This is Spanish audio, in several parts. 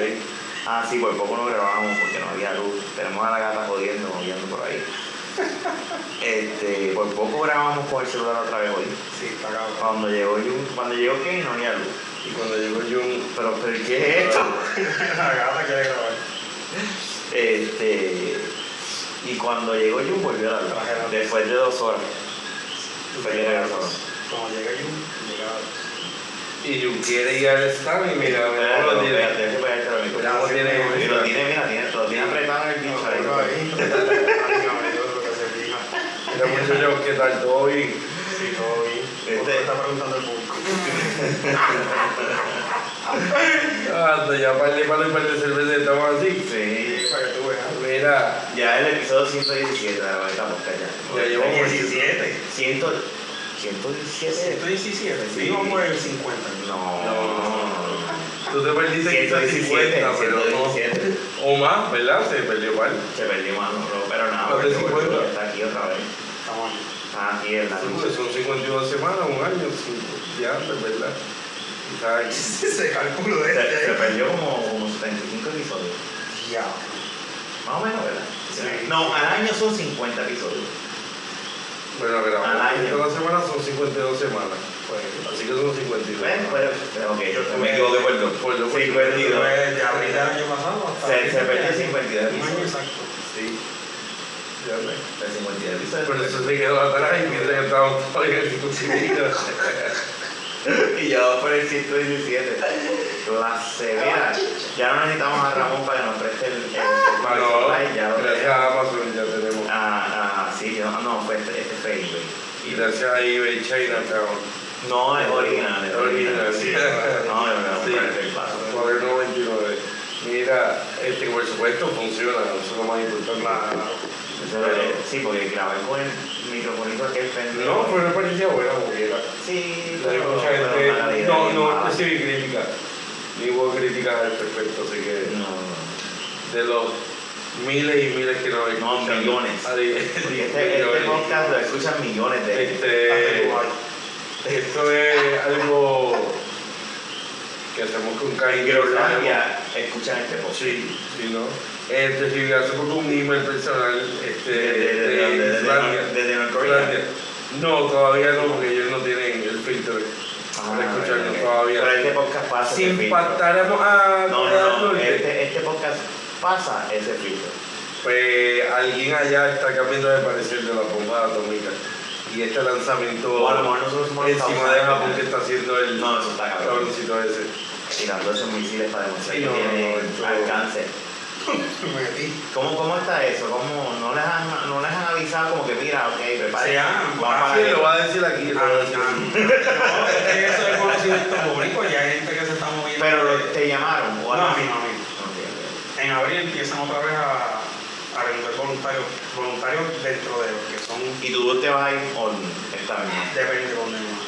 Eh, Ah, sí, por poco no grabamos porque no había luz. Tenemos a la gata jodiendo, jodiendo por ahí. Este, por poco grabamos con el celular otra vez hoy. Sí, está cabrón. Cuando llegó Jun, cuando llegó Kenny no había luz. Y cuando llegó Jun, Pero, pero ¿qué es esto? la gata quiere grabar. Este, y cuando llegó Jun volvió la luz. Después de dos horas. Pero llega la luz. Cuando llega Jun, llega la luz. Y Jun quiere ir al stand y mira, mira, Pero, lo tiene. espérate, déjame pegarte lo mismo. Pero no tiene- Y lo tiene, mira, tiene, lo tiene apretado en el No, bicho no, ahí. ahí. Ay, cabrón, yo creo que se fija. Mira, muchachos, ¿qué tal? ¿Todo bien? Sí, todo Este- bien. Otro está preguntando al público. Ah, hasta ya par de palo y par de cerveza y estamos así. Sí. Para que tú veas. Mira, Ya el episodio 117 de la Beta Mosca ya. Ya llevamos 117. 100, 117. 117. Sí. Digo por el 50. No, no, no. Tú te perdiste 117, 150, pero no. 117. O más, ¿verdad? Se perdió igual. Se perdió mano, bro, pero nada. Pero porque 50. bueno, Está aquí otra vez. Está aquí en la Pues luz. son 52 semanas, un año, cinco días, ¿verdad? Está ahí. Ese cálculo Se, de se este. perdió como, como 75 episodios. Diablo. Más o menos, ¿verdad? Sí. No, al año son 50 episodios. Bueno, Al grabamos año. 52 semanas, son 52 semanas. pues. Así que son 52. Bueno, pero, pero ok, yo Me también. equivoqué, perdón. Por lo 52. De abril del año pasado hasta. Se, se perdió 52 Un año episodios. exacto. Sí. Ya ve. El 52 episodios. Pero eso se quedó atrás y mientras que estábamos todavía en 52. Y ya va por el 117. La severa. Ya no necesitamos a Ramón para que nos preste el, el, Ah. el Pero, Ay, ya lo- gracias a Amazon ya tenemos. Ah, ah, sí, yo, no, fue este, este fue eBay. Y gracias a eBay China, cabrón. No, es original, es original. Original, Sí. sí. No, yo me voy a comprar el paso. Por el 99. Mira, este por supuesto funciona, eso es lo más importante. Eso es- Sí, porque grabé con el microfonito aquel pendejo. No, pero no parecía buena porque era. Sí, Hay pero- mucha pero la gente. calidad No, es no, mala. no recibí crítica. Ni hubo críticas al respecto, así que No, de los miles y miles que nos No, escuchan. millones. adi- Porque este, este millones. podcast lo escuchan millones de Este, Hasta Dubái. esto es algo que hacemos con En cariño. sabemos. Groenlandia escuchan este podcast. Sí, sí, ¿no? Este, si gracias por un email personal este, Desde- desde- de desde- desde- Islandia. desde North Islandia. Korea. No, todavía no, porque ellos no tienen el filtro para Ah, escucharnos ok. todavía. Pero este podcast pasa. Si ese filtro. impactáramos a No, Corea del no, no. Norte, Este, este podcast pasa ese filtro. pues alguien allá está cambiando de parecer de la bomba atómica. Y este lanzamiento O a lo mejor nosotros somos los encima de causantes. Japón que está haciendo el No, eso está cabrón. cabroncito ese. Tirando esos misiles para demostrar Sí, que no, tiene no, esto- alcance. Me metí. ¿Cómo, ¿Cómo está eso? ¿Cómo no, les han, no les han avisado como que mira, ok, prepárense? Sí, ah, ah, para Sí, allá. lo va a decir aquí. lo va a Ah, decir. ah, No, es que eso es conocimiento público. Ya hay gente que se está moviendo. Pero lo- te llamaron. No, o a algo así. mí, no, a mí. Ok, En abril empiezan otra vez a, a reclutar voluntarios, voluntarios dentro de los que son. ok. Y tú te vas a ir on esta vez. Depende de dónde uno.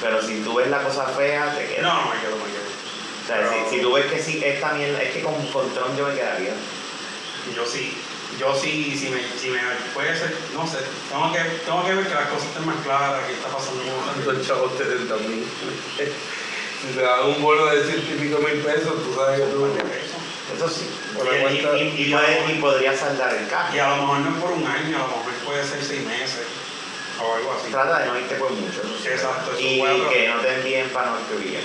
Pero si tú ves la cosa fea, te quedas. No, no me quedo, me quedo. o sea, pero- si, si tú ves que sí, esta mierda, es que con, con Tron yo me quedaría. Yo sí, yo sí, si me, si me puede ser, no sé, tengo que, tengo que ver que las cosas estén más claras, que está pasando con ¿Cuántos chavos te den también? si te dan un bono de ciento y pico mil pesos, tú sabes que tú. Eso sí. Por Y- la y, cuenta- y- y puede- y podría saldar el caja. Y a lo mejor no es por un año, a lo mejor puede ser seis meses o algo así. Trata de no irte por mucho. eso sí. Exacto, eso Y fue otro. que no te envíen para no escribir.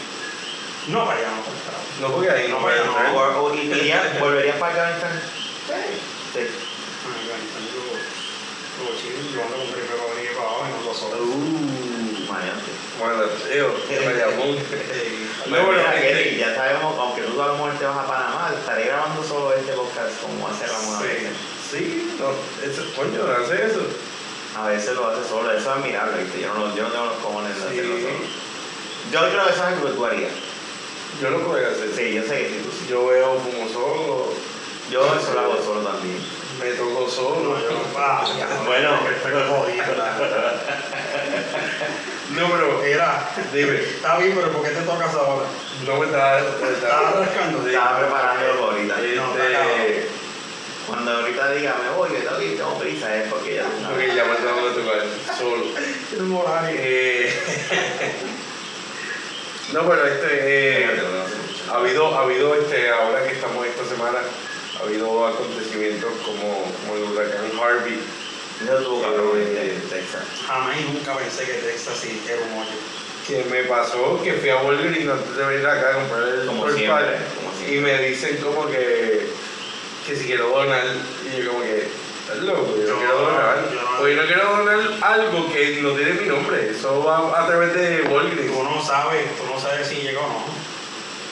No vayamos al trabajo. No, porque ahí no No, puedes no, entrar. O, o- y irías- ¿Volverías para Afganistán? Sí. Afganistán, yo- yo chido, yo ando con triple para venir para abajo y no lo soy. Uh, mañante. Malateo, Bayamón. Eh, No, bueno, Mira, este- Kelly, ya sabemos, aunque tú a lo mejor te vas a Panamá, estaré grabando solo este podcast como hace Ramón a Sí. veces. Sí, no, eso, coño, no hace eso. A veces lo hace solo, eso es admirable, ¿viste? Yo no, yo no tengo los cojones de Sí. hacerlo solo. Yo creo que eso es algo que tú harías. Yo no puedo hacer eso. Sí, yo sé que sí, tú sí. Yo veo fumo solo, Yo eso lo hago solo también. me toco solo. no, yo no- ah, ya, Bueno. que estoy jodido, la- No, pero, Era, dime, está bien, pero ¿por qué te tocas ahora? no me estaba. Me Estaba estaba rascando. Estaba preparándolo ahorita. este, Cuando ahorita diga, me voy, que tengo que ir, tengo prisa, es porque ya tú ok, sabes. ya me tengo que tocar solo. El moral. Eh, no, pero este. eh, Pero no hace mucho. Ha habido, ha habido este, ahora que estamos esta semana, ha habido acontecimientos como, como el huracán Harvey. No tuvo Eh, cabrón en Texas. Jamás y nunca pensé que Texas sí era un hoyo. que me pasó que fui a Walgreens antes de venir acá a comprar el Como Pearl siempre, Pan, como y siempre. me dicen como que que si quiero donar y yo como que estás loco yo no No, quiero donar yo no. porque no quiero donar algo que no tiene mi nombre eso va a través de Walgreens Tú no sabes, tú no sabes si llegó o no.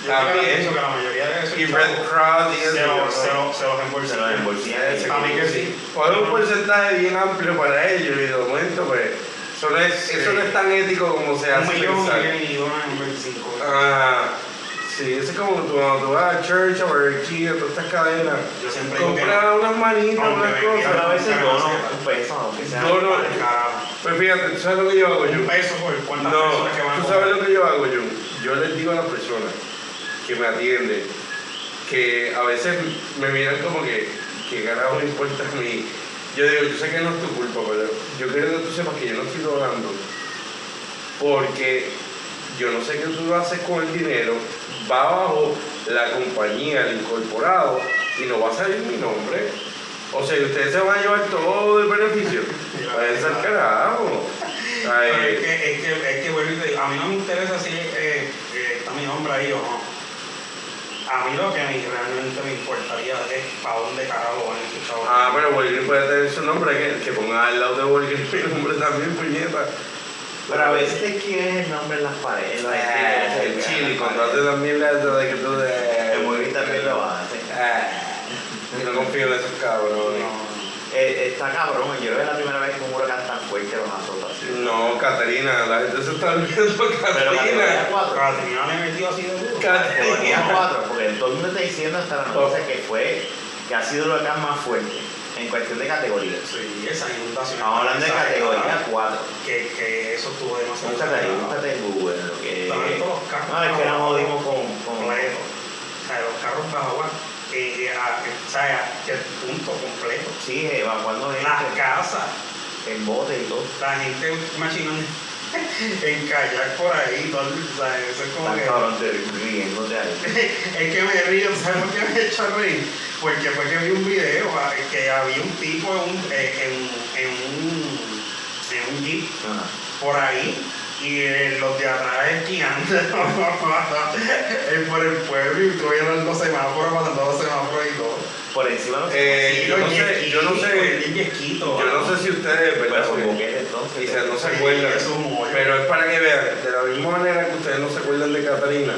Yo También. creo que la mayoría de esos y chavos Red Crowd y se, lo- se, eso lo- se los Se embolsaron. lo embolsía A mí que sí. Hay un porcentaje bien amplio para ellos y de momento pues eso no es, Sí. eso no es tan ético como se Un hace millón pensar. y y donan en 25. Ah, sí, eso es como tú- cuando tú vas a church, a Burger King, a todas estas cadenas. Yo siempre digo que no. Comprar unas manitas, Aunque unas me Pero cosas. a veces no, no, un peso, aunque sea. No, no, Al carajo. pues fíjate, ¿tú sabes lo que yo hago yo? Un peso por cuántas No, personas que van a tú comprar. sabes lo que yo hago yo. Yo les digo a las personas que me atienden que a veces me miran como que, que carajo me importa a mí. Yo digo, yo sé que no es tu culpa, pero yo quiero que tú sepas que yo no estoy donando porque yo no sé qué tú haces con el dinero, va bajo la compañía, el incorporado, y no va a salir mi nombre. O sea, y ustedes se van a llevar todo el beneficio. Váyanse al carajo. Ay, Pero Eh, es que, es que, es que vuelvo y te digo, a mí no me interesa si eh, eh, está mi nombre ahí o no. A mí lo que a mí realmente me importaría es para dónde carajo van esos chavos. Ah, pero Wolverine puede tener su nombre, que, que ponga al lado de Wolverine mi nombre también, puñeta. Pero a veces te escriben el nombre en las paredes. en los Ah, Eh, estilos, el en chili, las cuando hace paredes. también la esa de que tú de. El móvil también lo hace. Ah, yo no confío en esos pues. cabrones. No, Eh, Está cabrón, yo creo que es la primera vez que un huracán tan fuerte los azota así. No, Caterina, la gente se está olvidando de Pero categoría Caterina. 4. Catrina le metió así de duro. Categoría Caterina. 4, porque todo el mundo está diciendo hasta la noticia que fue, que ha sido el huracán más fuerte en cuestión de categorías. Sí, esa inundación. Estamos hablando de Esa- categoría 4. Que, que eso estuvo demasiado. Búscate ahí, búscate en Google lo que. También con los carros. No, es que nos jodimos con. con completo. O sea, los carros bajo agua, eh, eh, a- o sea, que el punto completo. sí, evacuando Las gente, casas, en bote y todo. la gente machinando en kayak por ahí, todo, el- o sea, eso es como Tan que. cabrón te riéndote ahí. Es que me río, ¿sabes por qué me he hecho a reír? Porque fue que vi un video ah, que había un tipo en un, eh, en, en un, en un jeep Ajá. por ahí y eh, los de atrás esquiando eh, por el pueblo y tuvieron los semáforos, pasando los semáforos y todo. Por encima no sé. Eh, Sí, yo no los sé, yo no yesquitos, sé, el yesquito, yo no ah. sé si ustedes, Pero ¿verdad? con Porque boquete entonces. Quizás no se Sí, acuerdan. es un hoyo. Pero es para que vean, de la misma manera que ustedes no se acuerdan de Catarina.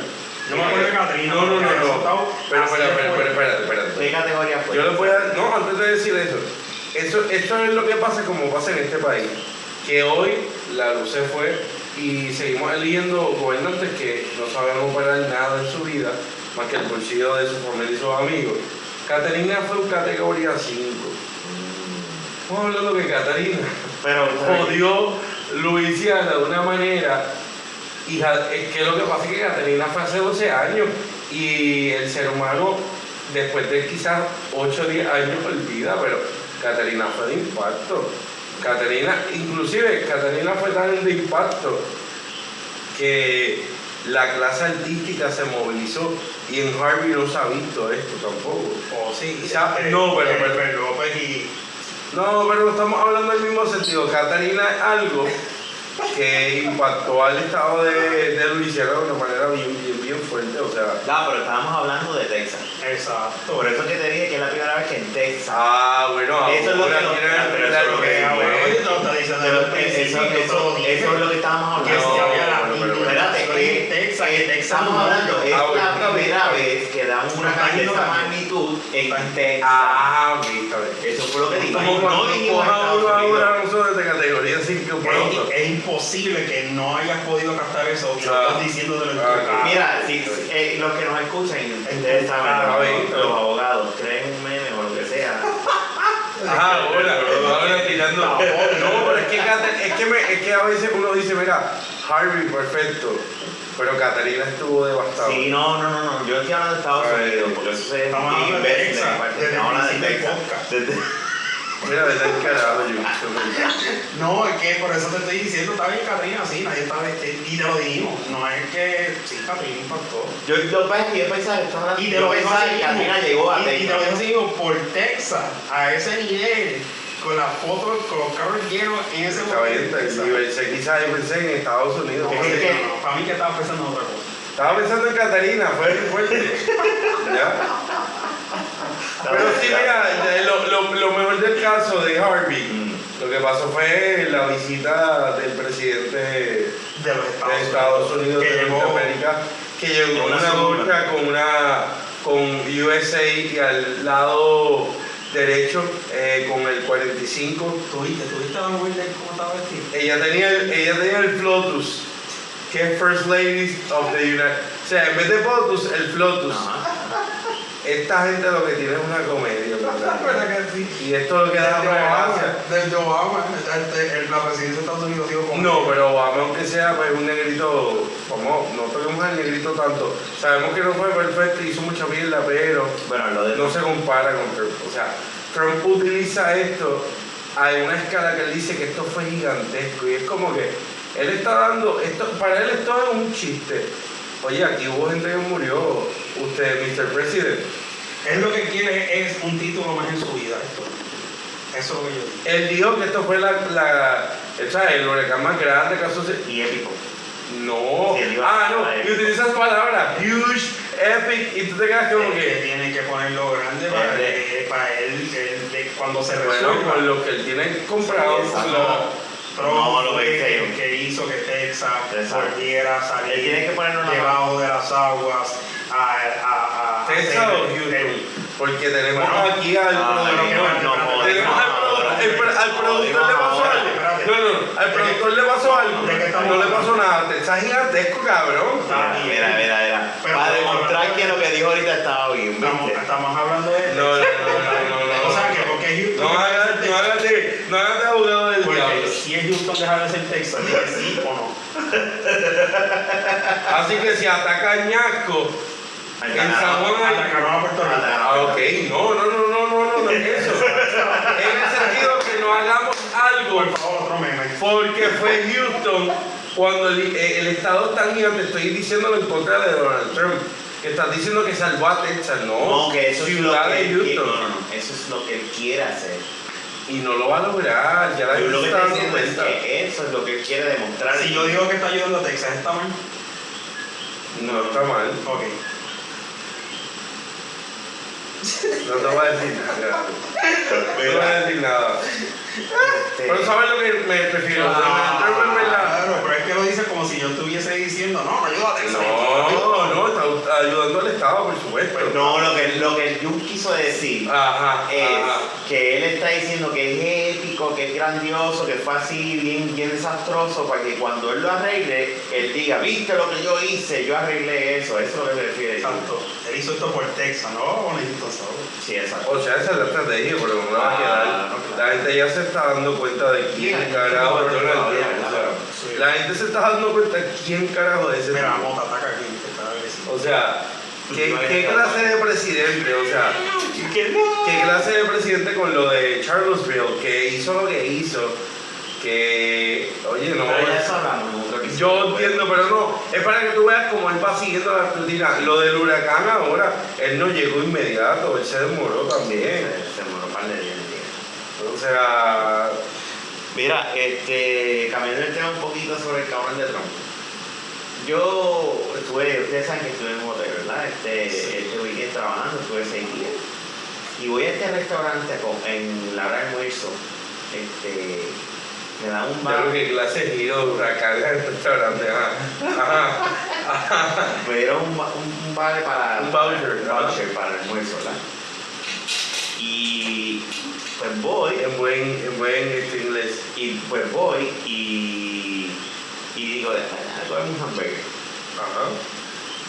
Yo me acuerdo de Catrina. No, no, no, porque no. eso estaba Pero así espera, de espera, espera, fuerte. espera, espera. ¿Qué categoría fue? Yo le voy a. No, antes de decir eso. eso. Esto es lo que pasa como pasa en este país. Que hoy la luz se fue y seguimos eligiendo gobernantes que no saben operar nada en su vida más que el bolsillo de su familia y sus amigos. Caterina fue un categoría 5. Mm. Vamos a hablar de que Caterina Pero. jodió Luisiana de una manera. Y ja- es que lo que pasa es que Catalina fue hace 12 años y el ser humano, después de quizás 8 o 10 años, olvida, pero Catalina fue de impacto. Catalina, inclusive Catalina fue tan de impacto que la clase artística se movilizó y en Harvey no se ha visto esto tampoco. Oh, sí. Quizá- Ah, no, pero- pero- Jennifer López y. No, pero estamos hablando del mismo sentido. Catalina es algo que impactó al estado de, de Luisiana de una manera bien, bien, bien fuerte. O sea, No, pero estábamos hablando de Texas. Exacto. Por eso es que te dije que es la primera vez que en Texas. ah, bueno, Eso es lo ahora que no- quieren ah, pero eso es lo que- arreglar ah, lo que bueno, fue. oye, no está diciendo Pero al que eh, eso, principio, eso, todo eso es lo que estábamos Que hablando. si había la bueno, pero- Espérate, que- en Texas, que en Texas estamos no. hablando, es Ah, bueno. la primera vez que da un huracán de esa magnitud en Texas. Ah, viste, a ver. Eso fue lo que dijimos. Como no cuando dijimos fuimos a Estados ahora, Unidos. ahora nosotros de categoría 5 por Es, otro. es imposible que no hayas podido captar eso. Ah. Estás diciéndolo en tu Ah, cara. Mira, si, si- eh, los que nos escuchan, ustedes Ah, saben, Víctor. los, los abogados creen un meme o lo que sea. Ah, ahora, ahora tirando. No, pero es que, Cata- es, que me- es que a veces uno dice, mira, Harvey, perfecto. Pero Catalina estuvo devastada. Sí, no, no, no, no, yo estoy hablando de Estados Ay, Unidos, porque eso se Estamos hablando de investment, Texas, aparte, desde estamos el hablando de principio del Texas. Desde- Mira, vete al carajo, yo. eso es verdad. No, es que por eso te estoy diciendo, está bien Catrina, sí, nadie está de- eh, y te lo dijimos, no es que sí, Catrina impactó. Yo, yo, pens- yo pensaba que estaba Y te lo yo dijo pensaba así que mismo, Katrina llegó a y- y te Texas. lo dijo así mismo, por Texas, a ese nivel, con las fotos, con los carros llenos en ese Estaba bien, momento. y pensé, quizás yo pensé en Estados Unidos. No, Es que- no, Para mí que estaba pensando en otra cosa. Estaba pensando en Catarina, fue fuerte. ¿Ya? Pero sí, mira, de- lo, lo- lo mejor del caso de Harvey, Mm. lo que pasó fue la visita del presidente De los de Estados Estados Unidos Que de llegó- Norteamérica, que llegó Con con una una segunda. bolsa con una con USA y al lado derecho eh, con el 45. Tuviste, tuviste a Don Wilder cómo estaba vestido. Ella tenía el, ella tenía el flotus, que es First Ladies of the United. O sea, en vez de flotus, el flotus. Ajá. Esta gente lo que tiene es una comedia. ¿verdad? ¿Verdad que sí? y esto es lo que da Desde Obama, relevancia. desde Obama, este, el- la presidencia de Estados Unidos dijo como- No, pero Obama, aunque sea pues, un negrito, como no toquemos al negrito tanto. Sabemos que no fue perfecto, hizo mucha mierda, pero Bueno, lo de no se compara con Trump. O sea, Trump utiliza esto a una escala que él dice que esto fue gigantesco y es como que él está dando, esto para él esto es un chiste. Oye, aquí hubo gente que murió, usted, Mr. President. Él lo que quiere es un título más en su vida. esto. Eso es lo que yo digo. Él dijo que esto fue la, la o sea, el huracán más grande que ha sucedido. y épico. No. Sí, él iba Ah, a- a no. él. Y utilizas palabras huge, epic, y tú te quedas como Es que que. tiene que ponerlo grande para, que- para él, él- de- cuando se resuelva. Bueno, con lo que él tiene comprado, Sí, exacto. lo- Trump No, lo fue veinte el yo. que hizo que Texas Exacto. volviera a salir Él tiene que ponerlo en la- debajo de las aguas a, a, a- a Texas o hacer- Houston. Porque tenemos Bueno, aquí al Ah, productor. no, no, no, Tenemos al no, productor- el pro- al no, productor no, le pasó no, algo. espérate. No, no, al ¿De qué- productor le pasó algo. de qué estamos No le hablando? pasó nada. Te estás gigantesco, cabrón. Está Mira, bien. mira, mira, mira. Pero Para vamos a demostrar hablar- que lo que dijo ahorita estaba bien, Estamos, ¿viste? estamos hablando de. No, no, no, no, no, no. O sea, que porque Houston. No hagas no hagas de no hagas de abogado del Porque diablo. si es Houston dejar de ser Texas, dime sí o no. Así que si ataca a Ñasco en Atacaron- San Juan hay- Atacaron a Puerto Rico. atacaron. Ah, ok. No, no, no, no, no, no, no es eso. En el sentido que no hagamos algo Por favor, otro meme. porque fue Houston cuando el, eh, el estado está gigante. Estoy diciéndolo en contra de Donald Trump. Que estás diciendo que salvó a Texas, no. No, que eso es lo ciudad que de él quiere. Houston. No, no, no. Eso es lo que él quiere hacer. Y no lo va a lograr. Ya la Yo gente lo que está estoy dando diciendo es cuenta. que eso es lo que él quiere demostrar. Si yo digo que está ayudando a Texas, ¿está mal? No está mal. Ok. No te voy a decir nada. No te voy a decir nada. Este, Pero sabes lo que me prefiero. Ah. Donald Trump en verdad. Claro, pero es que lo dice como si yo estuviese diciendo, no, me ayuda a Texas. No, no, está ayudando al Estado, por supuesto. pues, no, lo que, lo que el Jun quiso decir Ajá, es ajá. que él está diciendo que es épico, que es grandioso, que fue así bien, bien desastroso, para que cuando él lo arregle, él diga, viste lo que yo hice, yo arreglé eso, eso es lo que se refiere. Exacto. Él hizo esto por Texas, ¿no? Bonito, ¿sabes? Sí, exacto. O sea, esa es la estrategia, pero no la va a Ah, quedar. no, La claro. gente ya se está dando cuenta de quién Sí, carajo no, es Donald no, Trump, no, o sea, no, sí. La gente se está dando cuenta de quién carajo es ese. Mira, tipo. Mota ataca aquí, que está agresivo. O sea, ¿qué, No, qué no, no. clase de presidente? O sea, ¿Qué no? ¿qué clase de presidente con lo de Charlottesville? Que hizo lo que hizo. Que, oye, no. pues, Pero ya eso hablamos nosotros que sí. Yo entiendo, pero no, es para que tú veas cómo él va siguiendo la rutina. Lo del huracán ahora, él no llegó inmediato, él se demoró Sí, también. se- se moró un par de días, días. O sea, Mira, este, cambiando el tema un poquito sobre el cabrón de Trump. Yo estuve, ustedes saben que estuve en un hotel, ¿verdad? Este, este weekend trabajando, estuve seis días. Y voy a este restaurante a com- en la hora de almuerzo. Este, me da un ya bar, lo que clase de giro de huracán en el restaurante. Ajá. Ajá. me dieron un, ba- un, un vale para, Un voucher, un ¿no? voucher para el almuerzo, ¿verdad? Y pues voy, En buen, en buen este inglés. y pues voy y, y digo, déjame comer un hamburger. Ajá.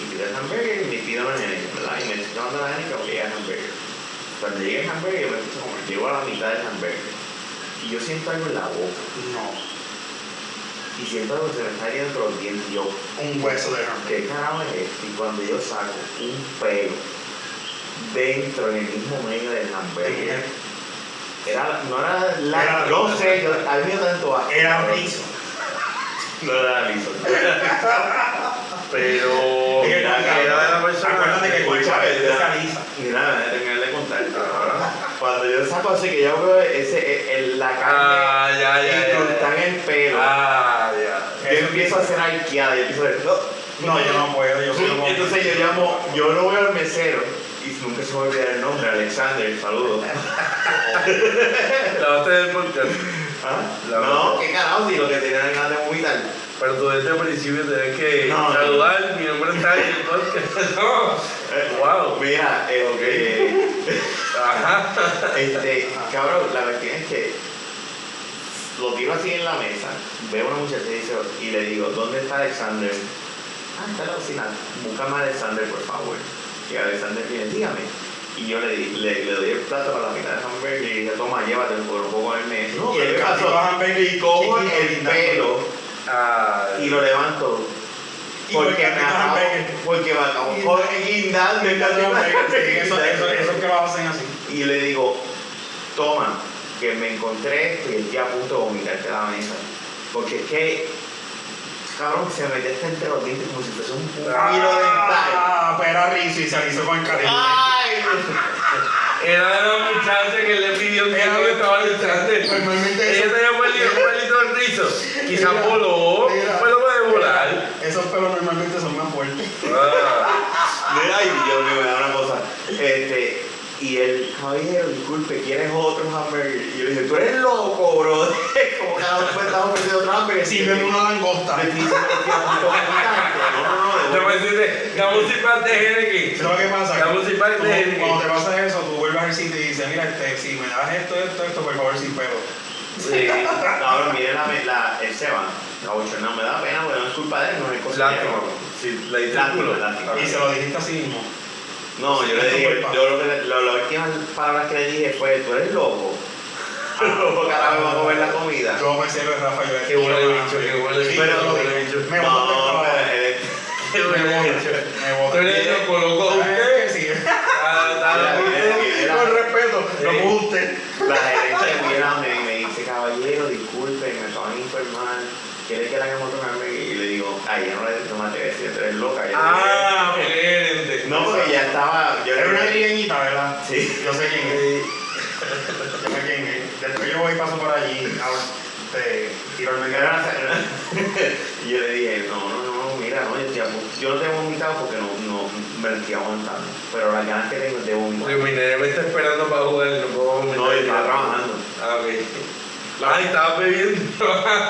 y pido el hamburger y me pido la nenica, ¿verdad? Y me estoy tomando la nenica porque llega el hamburger. Cuando llega el hamburger, yo me empiezo a comer. Llego a la mitad del hamburger y yo siento algo en la boca No, y siento algo que se me está yendo entre los dientes. Yo, un hueso de hambre. ¿qué carajo es esto? Y cuando yo saco un pelo dentro, en el mismo medio del hamburger, Mujer. era era, no era la, Era- no sé, yo, a mí me dan todas. Era liso. No era liso. Pero. Es que Mira, nunca- que era de la persona. Acuérdate que con Chávez Escucha, era lisa. Mira, me terminé de contar. Ajá. Cuando yo saco así que yo veo ese, e, el- el- la carne Ah, ya, ya, incrustada ya. en el pelo, Ah, ya. yo empiezo a hacer arqueada, yo empiezo a decir, "No, No, yo no puedo, yo soy como- Entonces yo llamo, yo no veo al mesero y nunca se me olvida el nombre, Alexander, saludos. La base del podcast. ¿Ah? La- No, qué carajo, si lo que tenían ganas de vomitar. Pero tú desde el principio tenés este que No, no. saludar. Mi nombre está en el podcast. Eh, Wow. Mira, eh, eh, Ajá. este, cabrón, la cuestión es que lo tiro así en la mesa, veo a una muchacha y, dice, y le digo, ¿dónde está Alexander? Ah, está en la cocina, búscame a Alexander, por favor. Y Alexander viene, dígame. Y yo le, di- le, le doy el plato para la mitad de hamburger y le dije, toma, llévate, por un poco en mes. Y el caso bajan y cojo chiquito, el linda. pelo Ah, y lo levanto. Y Porque porque me tengo acabo, hamburgues. porque me acabo de guindar de Eso, eso, eso, guindar. eso que lo hacen así. Y le digo, toma, que me encontré esto y estoy a punto de vomitarte la mesa. Porque es que, cabrón, se me metió hasta entre los dientes como si fuese un puro dental. Ah, pero era riso y se lo hizo con cariño. ¡Ay! Era de la muchacha que le pidió que Era no de- estaba Alexander. Normalmente Ella eso- tenía un palito, un palito de rizo. Quizá Mira, voló. mira, Fue lo de volar. Esos pelos normalmente son más fuertes. Ah, Mira, y yo me da una cosa. Este, y el caballero, disculpe, ¿quieres otro hamburger? Y yo le dije, tú eres loco, bro. Como cada vez estás ofreciendo otro hamburger. Si ven una langosta. Me dice, "Estoy a punto de vomitarte". No, no, no, de te voy a decirte, dame un zipper de Jerez. ¿Sabes lo que pasa? La música Tú, de- Cuando te pasa eso, tú vuelves al sitio y dices, mira, este, si me das esto, esto, esto, por favor, sin pelo. Sí. Cabrón, mire la, la, el Seba, la ocho, no me da pena, porque no es culpa de él, no es cosa de él. Lástima. Sí, le diste el Lástima, culo. Ah. lástima. Y se lo dijiste así mismo. No, yo le Sí, dije, culpa. yo lo que le- lo- las últimas palabras que le dije fue, tú eres loco. Loco, carajo, va a comer la comida. Ah, Yo me sirve Rafa y yo "Ah, Qué huele bicho, qué huele Sí, bicho, yo qué lo huele dije. bicho. Me No, eh, voy a pero él- Qué huele bicho. Me Tú voy eres lo colocó usted. Ah, está Mira, loco. mira, mira. Con respeto, Sí. lo puso usted. la gerente me mira a mí y me dice, caballero, disculpe, me acaban de informar, ¿quiere que le hagamos otro hamburger? Y le digo, ay, yo no le no me atreví a decir, tú eres loca. yo le Ah, gerente. dije, no, porque ya estaba, yo Era una le dije, trigueñita, ¿verdad? Sí. Yo sé quién es. Yo sé quién es. Después yo voy y paso por allí. A este, ver, te tiro el Me medio. quedaron hasta- y yo le dije, no, no, no, mira, no, yo, estoy a punto- yo no te he vomitado porque no, no me lo estoy aguantando. Pero las ganas que tengo es de vomitar. Porque mi nene me está esperando para jugar, no puedo No, yo estaba meter. trabajando. Ah, ok. Ay, estaba bebiendo.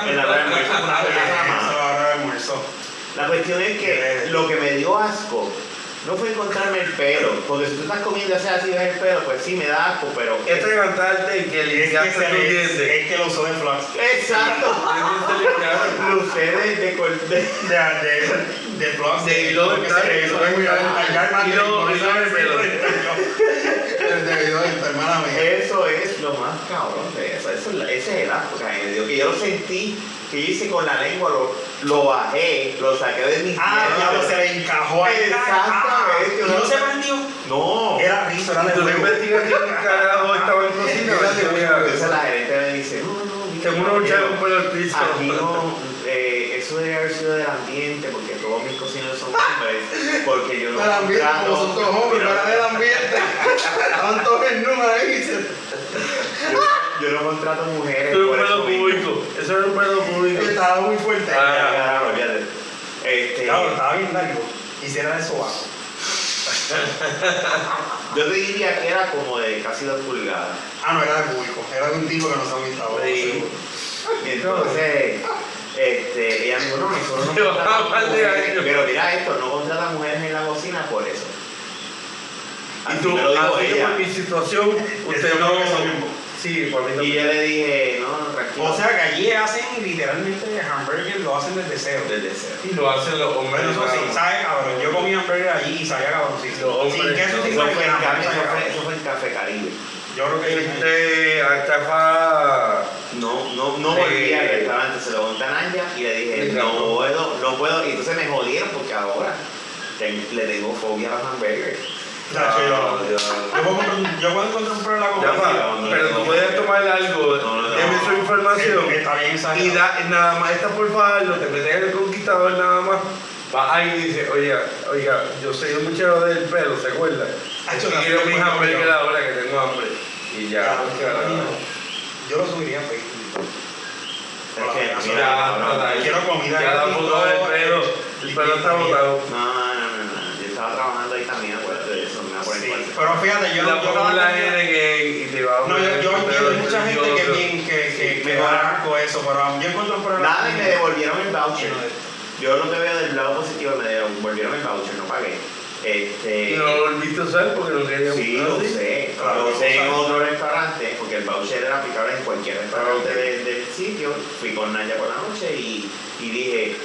En la hora de almuerzo, Eso una cerveza nada más. va a dar almuerzo. La cuestión es que lo que me dio asco no fue encontrarme el pelo. Porque si tú estás comiendo así, así ves el pelo, pues sí me da asco, pero. Esto es cantarte Este que Es que, limpiaste se tus le- dientes. es que lo usó de flax. Exacto. Tus dientes limpiaron. Lo usé de, de, col- de- De, de, de flax. De hilo que se le hizo de dental. cuidado. Hilo- hilo de pelo. De hilo dental, hermana mía. Eso es lo más cabrón de eso. Eso es la- ese es el asco que a mí me dio, Que yo lo sentí, que yo hice con la lengua, lo, lo bajé, lo saqué de mi Ah, Eh, diablo, se le encajó ahí. Exactamente. Ah, ¿No se vendió? No. Era riso, era Y de tú no huevo. investigas qué carajo estaba en cocina. Entonces la gerente me dice, no, no, no. mira, Tengo una muchacha con pelo al piso. Aquí no, eh, eso debe haber sido del ambiente, porque todos mis cocineros son hombres, porque yo no Del ambiente, contrato- como son todos hombres, yo no- no era del ambiente. Estaban todos en número ahí. se- yo no contrato mujeres. Eso es un por pelo eso mismo. público. Eso es un pelo público. Estaba muy fuerte. Ah. Ya, ya, ya, olvídate. Este, Claro, Eh, estaba bien largo. Hiciera eso bajo. Yo te diría que era como de casi dos pulgadas. Ah, no, era de público. Era de un tipo que no se ha visto. Sí. Y entonces, este, ella me dijo, no, nosotros no Te va a contratamos mal de mujeres. año. Pero mira esto, no contratan mujeres en la cocina por eso. Y Así tú, me lo dijo así ella. por mi situación, usted Yo no. creo que eso mismo. Sí, por mí Y también. yo le dije, no, no, tranquilo. O sea que allí hacen literalmente hamburger, lo hacen desde cero. desde cero. Y lo hacen los hombres. Pero eso sí, ¿sabes? sabe cabrón. Yo comí hamburger allí y sabía Los cabroncito. hombres, Sin queso, no, sin Eso fue, en margarina, café, eso, sabía fue, cabrón. eso fue en Café Caribe. Yo creo que sí. Este, alcafa. No, no, no Sí. volví al restaurante, se lo conté a Naya y le dije, Sí, no claro. puedo, no puedo. Y entonces me jodieron porque ahora te- le tengo fobia a los hamburgers. Chacho, yo- Ah, Yo ya. puedo encontrar- yo puedo encontrar un problema con Ya Ya va, va, pero tú puedes tomar información Está bien y exagerado. da- nada más estás por fallo, te metes en el conquistador nada más. Va ahí y dice, oiga, oiga, yo soy un muchacho del pelo, ¿se acuerda? Ah, Es yo que la quiero tengo mis muy hamburguesas cambiado. ahora que tengo hambre. Y ya, Ya, pues, claro. Yo lo subiría a Facebook. Es que, Ah, Hola, mira, Ya, cabrón. nada, Quiero comida Ya la gratis, botó del todo, pelo, el pelo está botado. No, no, no, no, no. Yo estaba trabajando ahí también, acuérdate de eso, me acuerdo. Sí, pero fíjate, yo La no yo no- fórmula es de que y te va a No, yo, yo poner el entiendo, hay pelo mucha gente que religioso. bien, que, que, Sí, que te va- barco eso, pero yo encuentro un problema. Nada, me devolvieron el voucher. Lleno de- Yo lo que veo del lado positivo, me devolvieron el voucher, no pagué. Este, Y no lo volviste a usar porque no quería Sí, usarlo. lo sé. Claro, lo lo usé en sabes. otro restaurante, porque el voucher era aplicable en cualquier restaurante Ah, ok. del, del sitio. Fui con Naya por la noche y, y dije,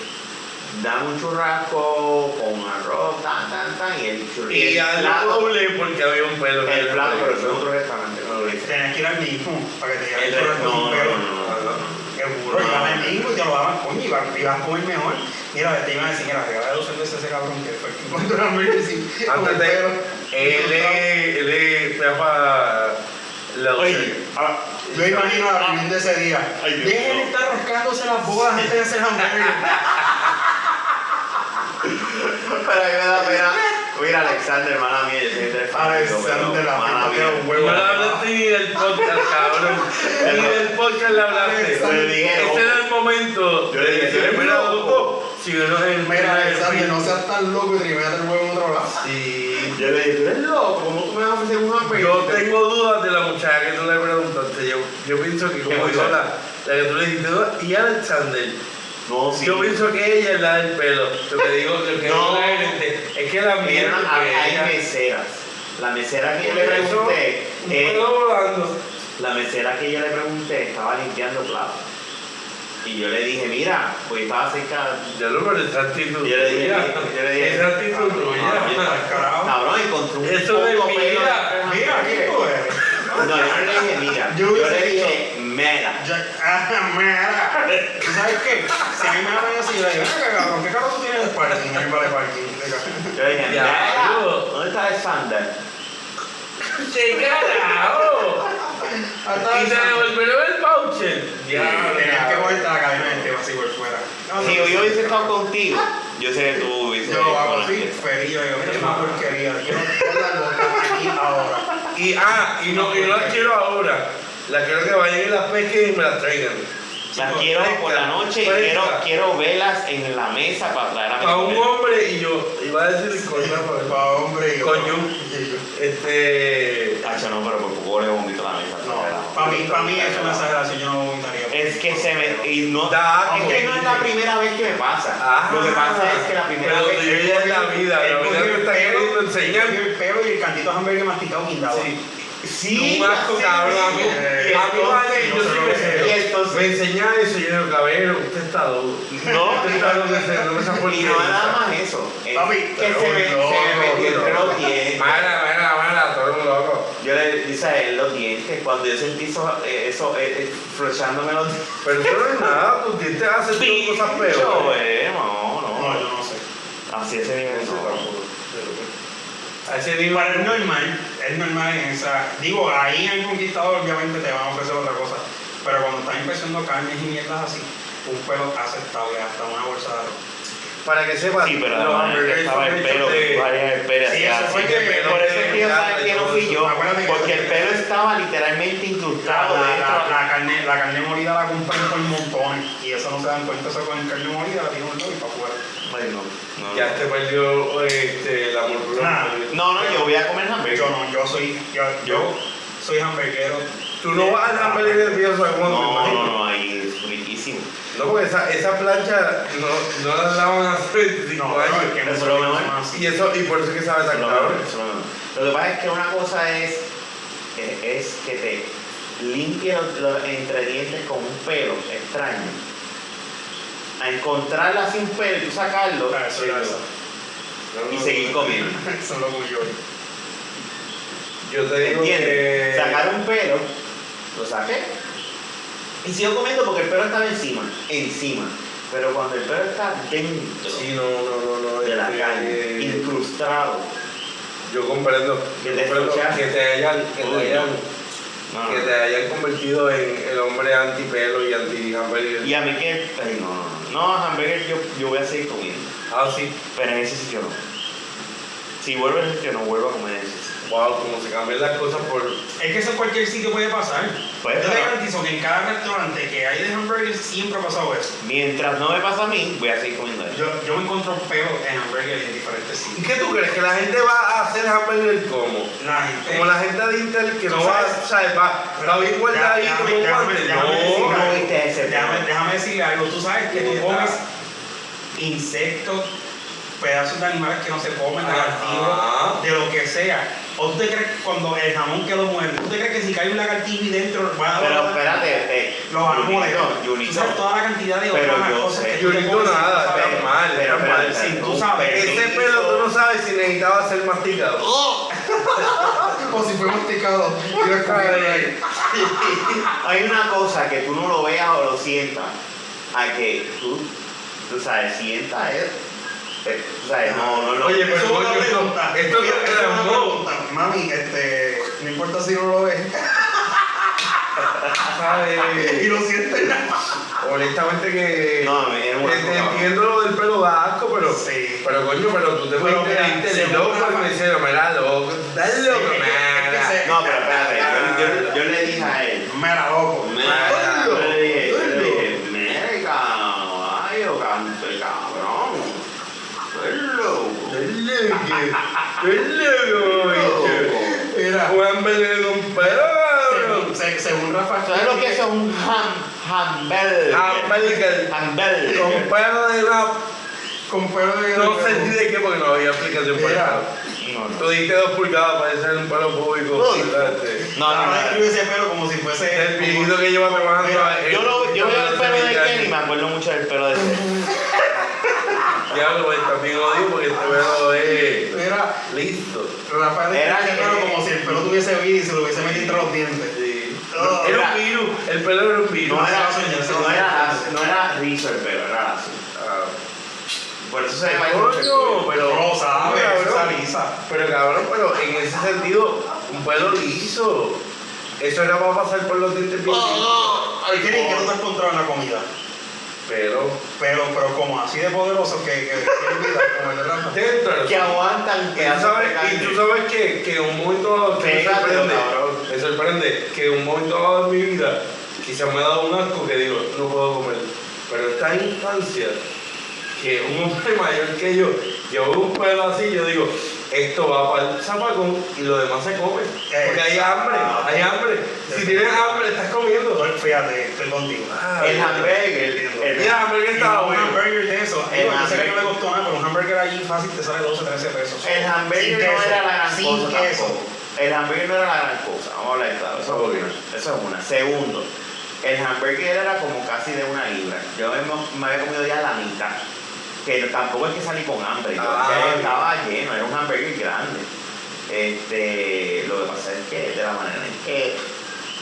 dame un churrasco con arroz, tan, tan, tan, y el churrasco. Y el al plato, doble porque había un pelo. el plato, pero fue en otro restaurante. no lo hice. Tenías que ir al mismo para que te llegara el Entonces, no, correo con no, no, pelo. no, no. Seguro, No. iban al mismo y te lo daban, coño, y vas, y vas a comer mejor. Mira, te iban a decir, mira, regala dos cervezas a ese cabrón que fue el que encontró la Mercy con el Antes de. pelo. Él es. Él es. Rafa. La Oye, ahora, yo imagino la reunión de ese día. Ay, Dios Dejen de mío. estar rascándose las bolas antes de hacer hamburguesas. Pero a mí me da pena. Mira, Alexander, hermana mía, yo soy del Alexander, la hermana puta que mía. No le hablaste ni del podcast, cabrón. Ni del podcast le hablaste. Le dije, "Oh, Este era el momento. Yo le dije, Si "Eres hubiera loco". loco, Si no es el Mira, el Alexander, fin. no seas tan loco y te metas el huevo en otro lado. Sí. Yo le dije, tú eres loco, ¿cómo tú me vas a ofrecer un hamburger? Yo tengo dudas de la muchacha que tú le preguntaste. Yo, yo pienso que como yo muchacha? la, la que tú le dijiste, y Alexander, No, sí. yo pienso que ella es la del pelo. Lo que digo, lo que No. digo la gerente, es que la Vieron, mierda hay, que ella- hay meseras. La mesera que yo le Por eso, pregunté, un eh, pelo volando. la mesera que yo le pregunté estaba limpiando platos. Y yo le dije, mira, pues estaba cerca. Ya lo pero esa actitud. Yo le dije, tuya. yo le dije, "Ah, Esa actitud tuya. Carajo. Cabrón, encontré un Eso de poco mira, Mira, ¿qué tú eres? No, yo no le dije, mira. Yo Yo, hubiese le dicho- dije, mera. Ya- ah, mira. ¿Tú ¿Sabes qué? Si a mí me hablan así, yo le digo, "Venga, cabrón, ¿qué carro tú tienes de parking? A mí me vale parking. Venga. Yo le dije, Ya, mera. yo- ¿Dónde está Alexander? ¡Qué carajo! Hasta Ah, Y te devolvieron el voucher. Ya, tenías que cabrón. ponerte la cadena del tema así por fuera. No, Si no, yo hubiese no. estado contigo, yo sé que tú hubiese. Yo hago así, feliz, yo digo, mira, es una porquería. Yo no tengo la boca aquí ahora. Y ah, y no, y no las quiero ahora. Las quiero que vayan y las pesquen y me las traigan. Las quiero por la noche y Fresca. quiero, quiero velas en la mesa para traer a mi Para un mujer. hombre y yo iba a decir pues, cosas pero- Pa' hombre, y yo- Coño. y yo- Este. Tacho, no, pero por poco le vomito la mesa. No, para mí, para mí es una exageración, yo no vomitaría. Es que se me. Y no, Da, es que no es la primera vez que me pasa. Ah, Lo que pasa es que la primera pero vez. yo ya es la vida, Él la cogió vida me el está pelo, queriendo enseñar. cogió el pelo y el cantito de hamburguesa masticado guindado. Sí. Sí, Un asco, sí, cabrón. A mí, sí. Y a mí, vale, yo sí me entonces- enseñó. Y Me entonces. enseñaba eso y yo digo, cabrero, usted está duro. No, pues, Usted está duro, usted no me esa y porquería. no nada más eso. Es Papi, que pero se me, no, se me metió entre no. los dientes. Mala, mala, mala, todo un loco. Yo le dice a él los dientes, cuando yo sentí eso, eh, eso eh, eh, flechándome los dientes. Pero eso no es nada, pues, tus dientes hacen tú cosas peores. eh, no, No, no. yo no sé. Así ese nivel no. A ese nivel. Pero es normal, es normal en esa. Digo, ahí en el conquistador obviamente te van a ofrecer otra cosa. Pero cuando estás empezando carnes y mierdas así, un pelo aceptable, hasta una bolsa de arroz. Para que sepas, Sí, pero los además hamburguesas estaba son el hechos pelo, pues, de- varias esperas. Sí, eso fue que- por eso es que yo sabía que no fui yo, Acuérdate que- porque el pelo estaba literalmente La, incrustado la- dentro. la- la carne, la carne molida la compran por montones y eso no se dan cuenta, eso con carne molida la tienen un lado y para afuera. Ay, no, no. Ya te perdió este, la mordura. Nah. No, no, yo voy a comer hamburguesa. Yo no, yo soy, yo, yo soy hamburguero. Tú no vas al hamburguer nervioso a No, cuando no, no, ahí es riquísimo. No, porque esa, esa plancha no, no la lavan hace 5 No, años. no, es que Eso no es soy lo mejor. más. Y, eso, y por eso es que sabe tan Eso cabrón. no, eso no. Lo que pasa es que una cosa es, eh, es que te limpie los, los entre dientes con un pelo extraño. A encontrarla sin pelo y tú sacarlo eh, Ah, eso era eso. No, no, y seguir no. comiendo. Eso es lo que yo. Yo te digo ¿Entiendes? que. Sacar un pelo, lo saqué y sigo comiendo porque el pelo estaba encima, encima. Pero cuando el pelo está dentro Sí, no, no, no, no. de la este, calle, incrustado, Yo comprendo. Que yo te comprendo escuchas. que te hayan, que te Uy, hayan No, no. que te hayan convertido en el hombre antipelo y anti hamburger. Y a mí que. ay, no, no, no. No, hamburger yo, yo voy a seguir comiendo. Ah, sí. Pero en ese sitio no. Si vuelvo en ese sitio, no vuelvo a comer en ese sitio. Wow, como se cambian las cosas por. Es que eso en cualquier sitio puede pasar. Puede Pues, Yo te pasar. garantizo que en cada restaurante que hay de hamburguesas siempre ha pasado eso. Mientras no me pasa a mí, voy a seguir comiendo eso. Yo, yo me encuentro peor en hamburguesas en diferentes ¿Y sitios. qué tú crees? ¿Que la gente va a hacer hamburger como? La gente. Como la gente de Intel que no Tú va a. sabes- ¿Sabes? Va, va bien guardada ahí Ya, como déjame- un déjame- guante. déjame No, decir no algo. viste ese Déjame, tema. déjame decir algo. Tú sabes que tú Mierda. comes insectos, pedazos de animales que no se comen, Ajá. Ah. lagartijos, de lo que sea. ¿O tú te crees que cuando el jamón que lo muerde, tú te crees que si cae un lagartijo y dentro va a Pero espérate, eh, los árboles? Junito, Tú Junito. sabes toda la cantidad de Pero otras yo cosas sé. que Yo tú te no comes nada, sin saber. está mal, Pero, está pero, mal. pero, Sí, pero, tú sabes. Oh, Ese pelo tú no sabes si necesitaba ser masticado. Como si fuera masticado. Hay una cosa que tú no lo veas o lo sientas, a que tú, tú sabes, sientas eso. Eh, Tú sabes, no, no, no. Oye, Eso pero es coño, una esto- pregunta. esto no Mira, queda eso es una en modo. pregunta. Mami, este, no importa si no lo ves. ¿Sabes? y lo sientes. Honestamente que. No, me es una Este, cosa, Entiendo lo del pelo da asco, pero. Sí. Pero coño, pero tú te Pero fuiste mira, diste se el loco busca- y me dice, me da loco. Estás loco, es que- mira. es que se- No, pero espérate, yo, yo- yo le dije a él, Mera loco. mira, yo le dije, yo le Gordo. dije, mira, caballo, canto, cabrón. Gordo. Estás loco. Estás loco, bicho. Era. Juan Belén un perro. Según, se- según Rafa. ¿Sabes lo que es un ham, hamburger? Ah, Hamburger. Hamburger. Con perro de la. Con pelo de No sentí de qué porque no había aplicación para Mira. eso. No, no. Tú diste dos pulgadas para ser un palo público. Uy. ¿verdad? No, no, no. Ahora escribe ese pelo como si fuese. El viejito que lleva trabajando. Mira, Yo, lo, yo veo el pelo de Kenny y me Kenny. acuerdo mucho del pelo de ese. Diablo, güey, también odio porque este pelo es Era. listo. Rafa de Era- ese pelo como si el pelo tuviese vida y se lo hubiese metido entre los dientes. Sí. Oh, Era un virus. El pelo era un virus. No era, no, no, no, no era, no era rizo el pelo, era así. Ah. Por eso se me Coño, pero rosa, ¿sabes? Cabrón. Esa lisa. Pero cabrón, pero en ese sentido, un pelo liso. Eso era para pasar por los dientes Oh. bien Ay, Kenny, ¿qué tú te has encontrado en la comida? Pero Pero, pero como así de poderoso que, que, que olvida, como el de Rafa. dentro. Que aguantan, Y que tú hacen sabes, y carne. tú sabes que, que en un momento dado, que me Pégate, sorprende, cabrón. me sorprende que en un momento dado de mi vida, quizás me ha dado un asco que digo, no puedo comer. Pero esta instancia, que un hombre mayor que yo, yo veo un pelo así, yo digo, esto va para el zapacón y lo demás se come. Porque hay hambre, hay hambre. Si tienes hambre, estás comiendo. Estoy- Fíjate, estoy contigo. Ah, El hamburger, el- el hambre que Y estaba un bueno. hamburger de eso. El yo sé que no hamburger. le costó nada, pero un hamburger allí fácil te sale 12, 13 pesos. el hamburger Sin no queso, era la gran Sin cosa queso. tampoco. El hamburger no era la gran cosa, vamos a hablar claro. Eso es una. Eso es una. Segundo, el hamburger era como casi de una libra. Yo me, me había comido ya la mitad. Que tampoco es que salí con hambre. Yo Ah, ya bien. estaba lleno, era un hamburger grande. Este, lo que pasa es que de la manera en que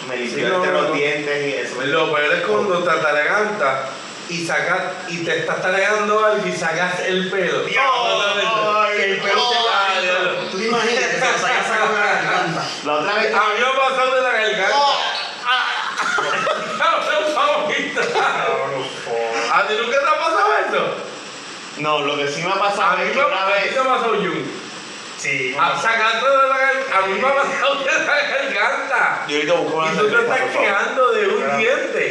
me hice no, entre no, los no. dientes y eso me Pues Lo peor es cuando te ataraganta y sacas, y te estás talegando algo y sacas el pelo. Diablo, Oh, Ay, el pelo te va ay, adentro. ay. Tú te imaginas que te sacas esa cosa de la garganta. La otra A vez. mí me ha pasado de la Oh. garganta. Cabrón, favorito. Cabrón, por- ¿A ti nunca te ha pasado eso? No, lo que sí me ha A pasado mí es me que una a ti vez. te ha pasado Jun. Sí, A sacarte de la garganta. A mí me ha pasado de la garganta. Yo ahorita busco una Y tú te cerveza, estás por favor. quejando de un Claro. diente.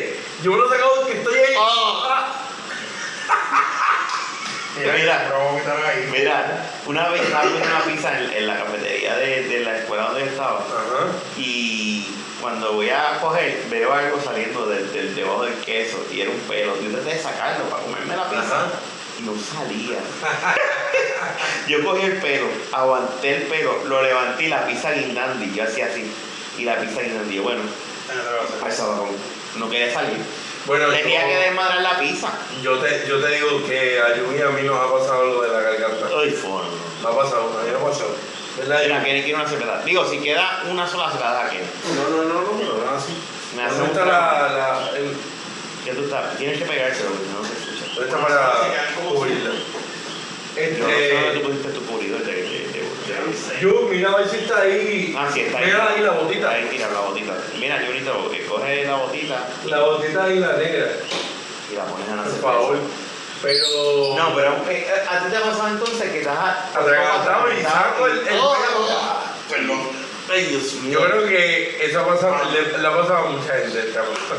Yo me lo he sacado que estoy ahí. Oh. mira, Mira. pero vamos a quitar ahí. Mira, una vez estaba comiendo una pizza en, en la cafetería de, de la escuela donde yo estaba. Ajá. Y cuando voy a coger, veo algo saliendo del, del- debajo del queso y era un pelo. Yo traté de sacarlo para comerme la pizza. Ajá. Y no salía. yo cogí el pelo, aguanté el pelo, lo levanté y la pizza guindando. Y yo hacía así. Y la pizza guindando. Y yo, bueno, al sabadón. No quería salir. Bueno, Tenía yo- que desmadrar la pizza. Yo te, yo te digo que a Jun y a mí nos ha pasado lo de la garganta. Ay, forno. No ha pasado, a mí no ha pasado. ¿Verdad? Mira, Jun? Kenny quiere una cerveza. Digo, si queda una sola cerveza, Kenny. No, no, no, no, pero nada así. Me hace ¿Dónde está un- la, la, el- Ya tú estás. Tienes que pegárselo porque no se escucha. ¿Dónde está No, para se quedan como cubrirla? Yo no sé dónde tú Este, pusiste tu cubridor de, de, de- de- Yo no sé. Yo, mira, a ver si está ahí. Ah, sí, está ahí. Mira ahí la botita. Ahí tira la botita. Mira, Junito, eh, coge la botita La botita ahí, la negra. y la pones a la Por cerveza. favor. Pero. No, pero eh, eh, a ti te ha pasado entonces que estás Atragantado y saco el- el Oh, pelo. Perdón. Ay, Dios mío. Yo creo que eso ha pasado, le- le ha pasado a mucha gente. esta cosa.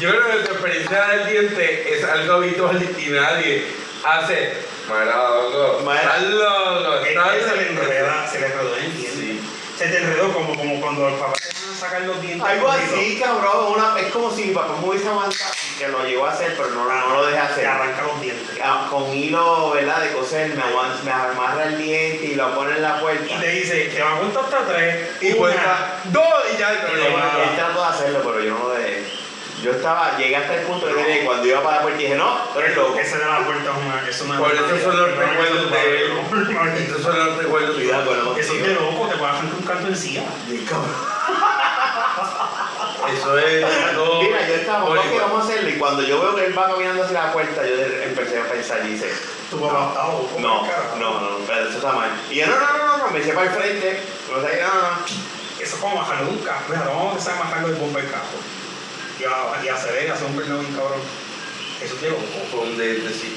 Yo creo que tu experiencia del diente es algo habitual y nadie hace. Mara, loco. Mara- Estás loco. Este Es estás que se le loco". enreda, se le enredó en el diente. Sí. Se te enredó como, como cuando los papás te van a sacar los dientes. Algo corridos. así, cabrón. Una, es como si mi papá me hubiese aguantado que lo llegó a hacer, pero no, no lo dejé Te hacer. arranca los dientes. Ah, Con hilo, ¿verdad? De coser, me, aguan- me amarra el diente y lo pone en la puerta. Y te dice, te va a contar hasta tres. Y una". cuenta dos y ya. Y pero le no, va- Él trató de hacerlo, pero yo no lo dejé. Yo estaba, llegué hasta el punto de que cuando iba para la puerta dije, no, tú eres loco. Ese de la puerta es una. Es una Por eso son los recuerdos de él. Estos son los recuerdos de Cuidado con lo Eso es de loco, te puede arrancar un canto encima. Bien, cabrón. Eso es. todo Mira, yo estaba, por ¿por qué igual. vamos a hacerlo? Y cuando yo veo que él va caminando hacia la puerta, yo de- empecé a pensar y dice, Tu papá está loco. no, cara. no, no, pero eso está mal. Y yo, no, no, no, no, no, me hice para el frente, no sé, no, no, no. Eso es como bajarlo de un carro. Mira, vamos a empezar a bajarlo del bomba del carro. Y, a- y acelera, hace un pernón bien cabrón. Eso es de loco. Con dientes, sí.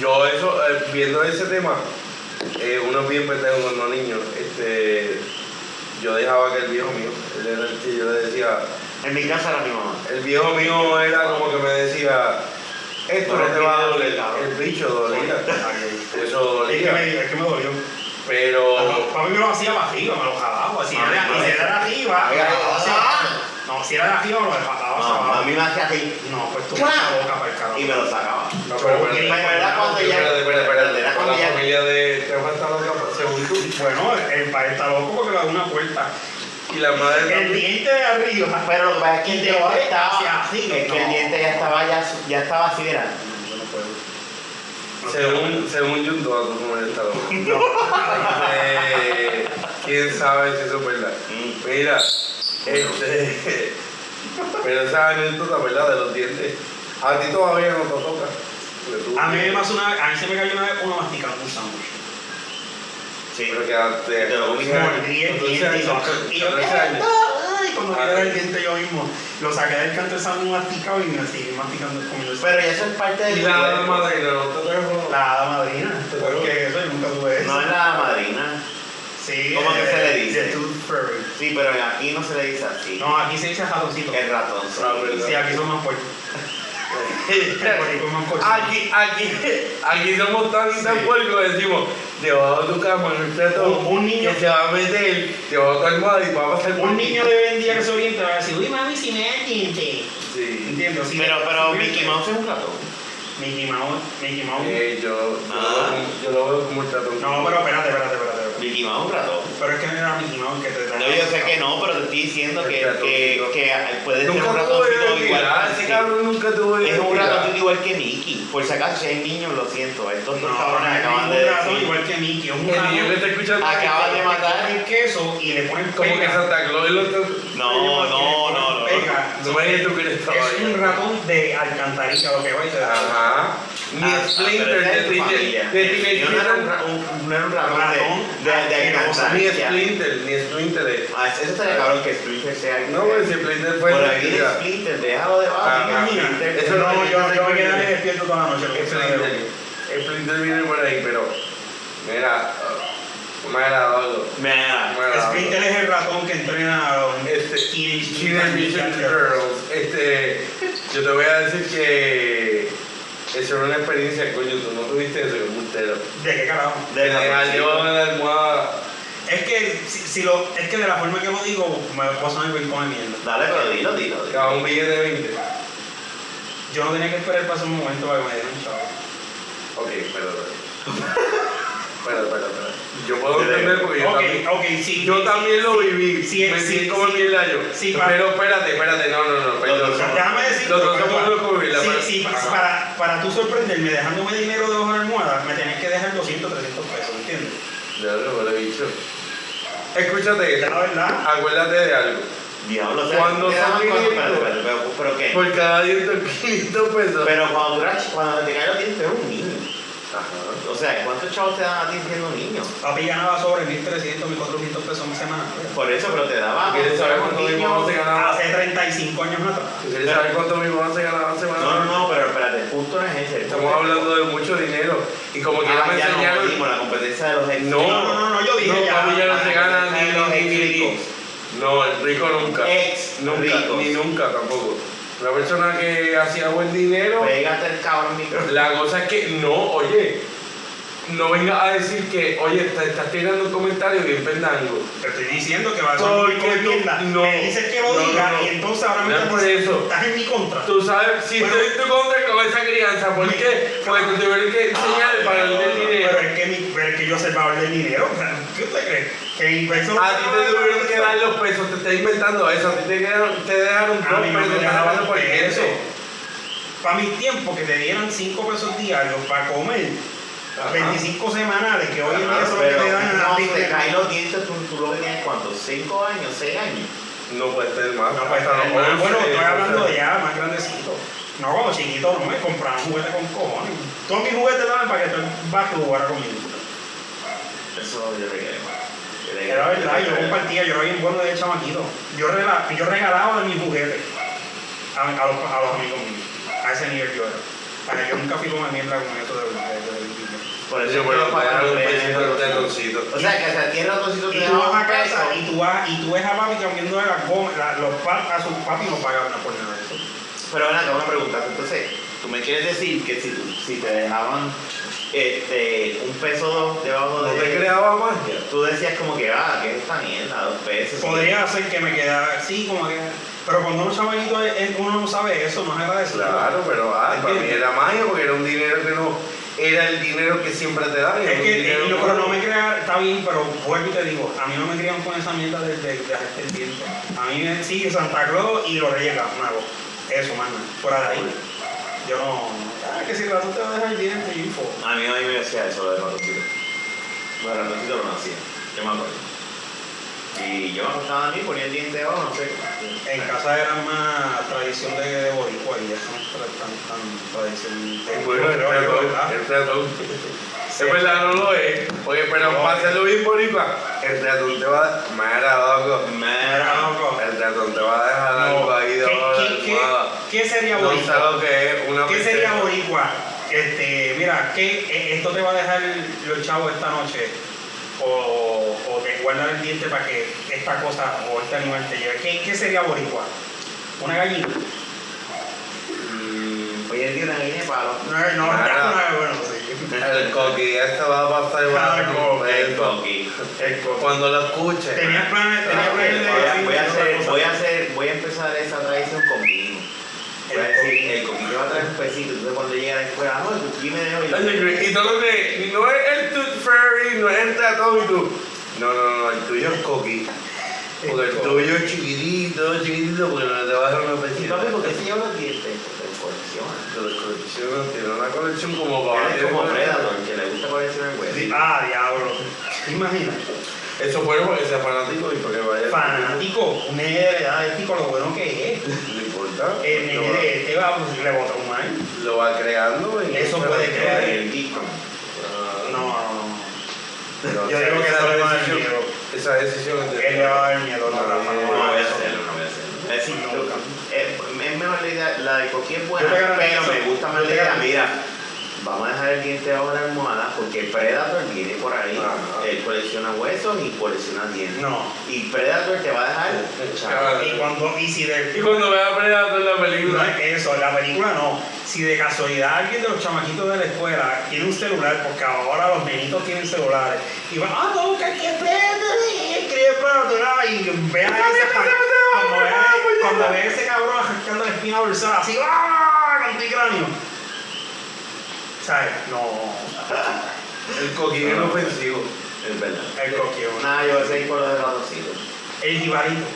Yo eso, eh, viendo ese tema, eh, uno bien pendejo cuando niño, este, yo dejaba que el viejo mío, él era el que yo le decía, En mi casa era mi mamá. el viejo mío era como que me decía, esto no te va a doler, cabrón. el bicho dolía, eso Es que dolía, me, es que me dolió. pero Para mí me lo hacía para arriba, me lo jalaba. Si era, Ah, y si era de arriba, me lo Oiga, jalaba hacia ah. abajo. No, si era de arriba, me lo jalaba hacia No, Ah, a abajo. mí me hacía así No, pues tú ¡Guau! la boca para el carajo. y me lo sacaba. No, pero bueno, Y me era cuando ya, espérate, espérate, espérate, era con cuando la ya, familia de te va a estar loca, según tú, Bueno, el- el padre está loco porque le da una puerta. y la madre El también. diente de arriba. pero lo que pasa es que el Y diente te hacia estaba, así, es no. que el diente ya estaba, ya, su- ya estaba así, mira. Yo no puedo. No Según, según Junto, tu familia está loca. Eh, quién sabe si eso es verdad. Mm. Mira, este, pero esa anécdota, ¿verdad? De los dientes. A ti todavía no te toca. porque tú- A mí me pasó una vez- a mí se me cayó una vez uno masticando un sándwich. Sí. Pero quedaste. Te lo comí. Mordí el diente y lo- y yo, Catorce años. Ay, cuando me quedé el diente yo mismo, lo saqué del canto de sándwich masticado y me seguí masticando comiendo el Pero ya eso es parte Y del la cuerpo. hada madrina, no te trajo. La hada madrina, ¿te acuerdas que eso? Yo nunca tuve eso. No es la madrina. Sí, ¿Cómo que se le eh, dice? The Tooth Fairy. Sí, pero aquí no se le dice así. No, aquí se dice jaloncito. El ratón. Ah, ¿verdad? Sí, aquí son más puercos. Ah, El puerco es más cochino. Aquí, aquí, aquí somos tan y tan Sí. puercos que decimos, debajo de tu cama, en el plato, Un- un niño- que se va a meter, debajo de tu almohada y va a pasar Un niño de hoy en día que se orienta va a decir, uy mami, si me da el diente. Sí. Entiendo, sí. Pero, pero Sí, Mickey Mouse es un ratón. Mickey Mouse, Mickey Mouse. Eh, yo, yo, Ah. yo lo veo como el tratón. No, pero espérate, espérate, espérate. espérate. Mickey Mouse es un ratón. Pero es que no era Mickey Mouse que te No, yo sé que no, pero te estoy diciendo que, que, que puede ser Nunca un tuve ratoncito igual. identidad, sí. ese cabrón nunca tuvo Es un identidad. ratoncito igual que Mickey. Por si acaso, si hay niños, lo siento. Estos dos No, cabrones acaban de un ratón decir. igual que Mickey, un El niño que ratón está escuchando. Acaban de matar. el queso y le ponen Como que pega. Santa Claus lo está. No, no, no, no. Pega. No me digas tú que Ah, eres Es un caballo. ratón de alcantarilla lo que va y te da. Ajá. Ni Ah, pero Splinter esa es de tu familia. Twitter. De El mío No era un Twitter. ra- un- no era un ratón de, de, de Asqueroso. Ni alcantarilla. Splinter, ni Splinter. de- Ah, Eso estaría cabrón que Splinter sea. No, güey, si Splinter fue. Por ahí mentira. viene Splinter, déjalo debajo. Ajá. mira, Splinter. ah, Eso no- yo, yo me quedaré despierto toda la noche. lo que sea de Splinter. Splinter viene por ahí, pero. Mira. uh, Mira, loco. Mira. Mira, loco. Splinter es el ratón que entrena a un Este, Teenage Teenage Mutant Ninja Mutant Turtles. Turtles. Este, yo te voy a decir que eso era una experiencia, coño, tú no tuviste eso que puntero. ¿De qué carajo? Te De la salió mansión. la almohada. Es que, si, si lo, es que de la forma que lo digo, me voy a sonar bien con mierda. Dale, pero dilo, dilo. dilo. Cada un billete de 20. Yo no tenía que esperar pasar un momento para que me dieran un chavo. Ok, perdón. Perdón, perdón, perdón. Yo puedo Te entender digo. porque yo ok, también. ok, sí. Yo sí, también lo viví, sí, me sí, siento como sí. el yo. Sí, pa- pero espérate, espérate, no, no, no, Los perdón. dos. Déjame decir. Los dos somos locos, la sí, par- sí, pa- Ajá. para, para tú sorprenderme dejándome dinero debajo de la almohada, me tenías que dejar 200, 300 pesos, ¿entiendes? Ya lo lo he dicho. Escúchate, La verdad. acuérdate de algo. Diablo, o sea, Cuando te daban son cuando- quinientos. pero, pero, pero, pero, ¿qué? Por cada diente, 500 pesos. Pero cuando, tú eras- cuando te caen los dientes eres un niño. Ajá. O sea, ¿cuántos chavos te dan a ti siendo niño? Papi ganaba sobre 1.300, 1.400 pesos semanales. Por eso, pero te daban. ¿Quieres saber cuánto mi mamá Ah, se ganaba? Hace 35 años atrás. ¿Quieres saber cuánto mi mamá se ganaba semana? No, no, no, pero espérate, el punto no es ese. el punto Estamos es- hablando de mucho dinero. Y como que Ah, me ya no enseñaron. volvimos, la competencia de los ex. No, No, no, no, no, yo dije no, ya. papi, ya no se gana Ni los ni, ni rico. ex No, el rico nunca. Ex Nunca, ricos. ni nunca tampoco. Una persona que hacía buen dinero, Pégate el cabrón micrófono. la cosa es que no, oye, no vengas a decir que, oye, te estás tirando un comentario bien pendango. Te estoy diciendo que va a ser Porque mi contienda. tú- no. Me dices que lo No, no, diga no. y entonces ahora me No es estás por diciendo, eso. Estás en mi contra. Tú sabes, si Bueno. estoy en tu contra con esa crianza, ¿por Me- qué? Porque tú tienes que enseñarle Ah, para no, el no, dinero. Pero es que, mi, pero es que yo salvador del dinero. ¿Qué usted cree? Que mi peso- A ti te tuvieron que dar los pesos, te estás inventando eso, a ti te dejaron, te dejaron dos A mí no me pesos, te estás dejaban hablando por peso. eso. Para mi tiempo, que te dieran 5 pesos diarios para comer, Ajá. 25 semanales, que hoy en día Ah, eso es lo pero que te dan en la no, vida. te caen los dientes, tú, tú lo que tienes cuánto, cinco años, seis años. No puede ser más. No, pues, Hasta los hermano, bueno, once, estoy hablando once. de ya más grandecito. No, como chiquito, no me compraban juguetes con cojones. Todos mis juguetes daban para que tú vas a jugar conmigo. Eso yo regalé. Yo regalé. Era verdad, yo compartía, yo era bien bueno de chamaquito. Yo, rela- yo regalaba de mis juguetes a, a los, a los amigos míos. A ese nivel yo era. Para que yo nunca fui con la mierda con esto de verdad. de- de- de- Por Sí, eso pero yo pagaba pagaron un un peso. pesito de ratoncito. O sea, que hasta aquí el ratoncito te Y tú daba vas un a casa peso. y tú, vas, y tú ves a papi cambiando de la goma, la- los pap, a sus papi no pagaban por nada de eso. Pero ven acá, una pregunta. Entonces, tú me quieres decir que si, tú- si te dejaban este, un peso dos debajo No de. te creaba magia. Tú decías como que, ah, que es esta mierda, dos pesos. Podría ser que me quedara así, como que. Pero cuando uno es chamaquito, eh, uno no sabe eso, no es agradecido. Claro, pero ah, para mí Entiendo. era magia porque era un dinero que no. Era el dinero que siempre te dan. era Es un que, dinero eh, no, pero no me crean, está bien, pero vuelvo y te digo, a mí no me crean con esa mierda de, de, de hacerte el diente. A mí me sigue Santa Claus y los Reyes Magos. Eso, mano, fuera de ahí. Yo no. Ah, que si el ratón te va a dejar el diente, info. A mí, a mí me decía eso de ratoncito. Bueno, ratoncito lo hacía, yo me acuerdo. Y yo me acostaba a mí, ponía el diente debajo, no sé. En casa era más tradición de, de Boricua y eso no es tra- tan, tan tradición de Bueno, el creo yo, ratón, ¿verdad? el ratón. Sí. Es verdad, no lo es. Oye, pero No. para hacerlo bien boricua, el ratón te va a dar. Mira, loco. Era Mira, loco. El ratón te va a dejar algo No, ahí ¿qué- debajo de la qué- qué- almohada. ¿Qué sería No Boricua? sé lo que es una ¿Qué sería princesa. boricua? Este, mira, ¿qué, eh, esto te va a dejar los chavos esta noche? O, o te guardan el diente para que esta cosa o este animal te lleve. ¿Qué, qué sería boricua? Una gallina. Mm, hoy en día una guinea de palo. No, no, Nada. no, bueno, sí. El coqui ya se va a pasar Ah, bajo El el coqui. coqui. Cuando lo escuches. Tenías planes, tenías planes de Voy a- decir voy a otra hacer- cosa. voy a hacer, voy a empezar esa tradición conmigo. Voy a decir, el coquillo va a traer un pesito, entonces cuando llegue a la escuela, "Ah, no, el coquillo me dejó y lo- Oye, Chris, Y todo lo que no es el Tooth Fairy, no es el ratón y tú. No, no, no, el tuyo es coqui. Porque el tuyo es chiquitito, chiquitito, porque no te va a dar una Y pesita. papi, ¿por qué se lleva los dientes? Porque lo colecciona. Pero colección, tiene una colección como para. Él es como Predator, que le gusta coleccionar huevos. Sí, Ah, diablo. Imagina. Eso fue porque sea fanático y porque vaya. Fanático, un nene de edad ético, lo bueno que es. No importa. El nene Lo va- de este va a rebotar un mal. Lo va creando. y- Eso puede crear. El disco. Ah, No, no, no. pero Yo esa- digo que esa eso le va a dar decisión- miedo. Esa decisión es de- Él le va a dar miedo, no, Rafa, No, no, no voy a eso. hacerlo, no voy a hacerlo. Es decir, No. loca, es, es mejor la idea, la de coquillo es buena, Yo te garantizo, pero me gusta más yo la te idea. garantizo. Mira, vamos a dejar el diente bajo la almohada porque el Predator viene por ahí. Ajá. Él colecciona huesos y colecciona dientes. No. Y Predator te va a dejar. Claro. Y cuando, y si Y de. cuando vea Predator en la No película. es eso, la película no. Si de casualidad alguien de los chamaquitos de la escuela tiene un celular, porque ahora los nenitos tienen celulares, y van, ah, no, que aquí es Predator, y escribe Predator, ah, y vean a ese Cuando vean cuando vean- ese- Cuando vean ese cabrón arrancando la espina dorsal, así, ¡ah! con tu cráneo. ¿Sabes? No. El coquín es ofensivo. Es verdad. El coquillo. Nada, yo voy a seguir con los de ratoncito. El jibarito.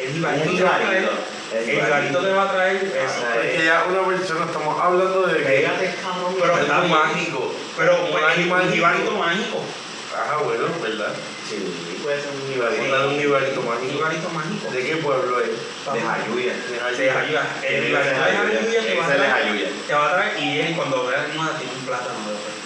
El jibarito. Un te va a jibarito. traer- El El jibarito te va a traer. eso. Porque ya una persona estamos hablando de que Pégate, cabrón. Pero algo está bien. mágico. Pero un pues, el- animal un jibarito mágico. Ajá, bueno, ¿verdad? Sí, puede ser un Vamos a dar nivel un jibarito Un mágico. jibarito mágico. ¿De qué pueblo es? de Jayuya. Se ayuda. El Ese jibarito es de Jayuya. Jayuya te va a Ese es traer. Jayuya. Te va a traer y viene y cuando veas nada tiene un plátano. de verdad.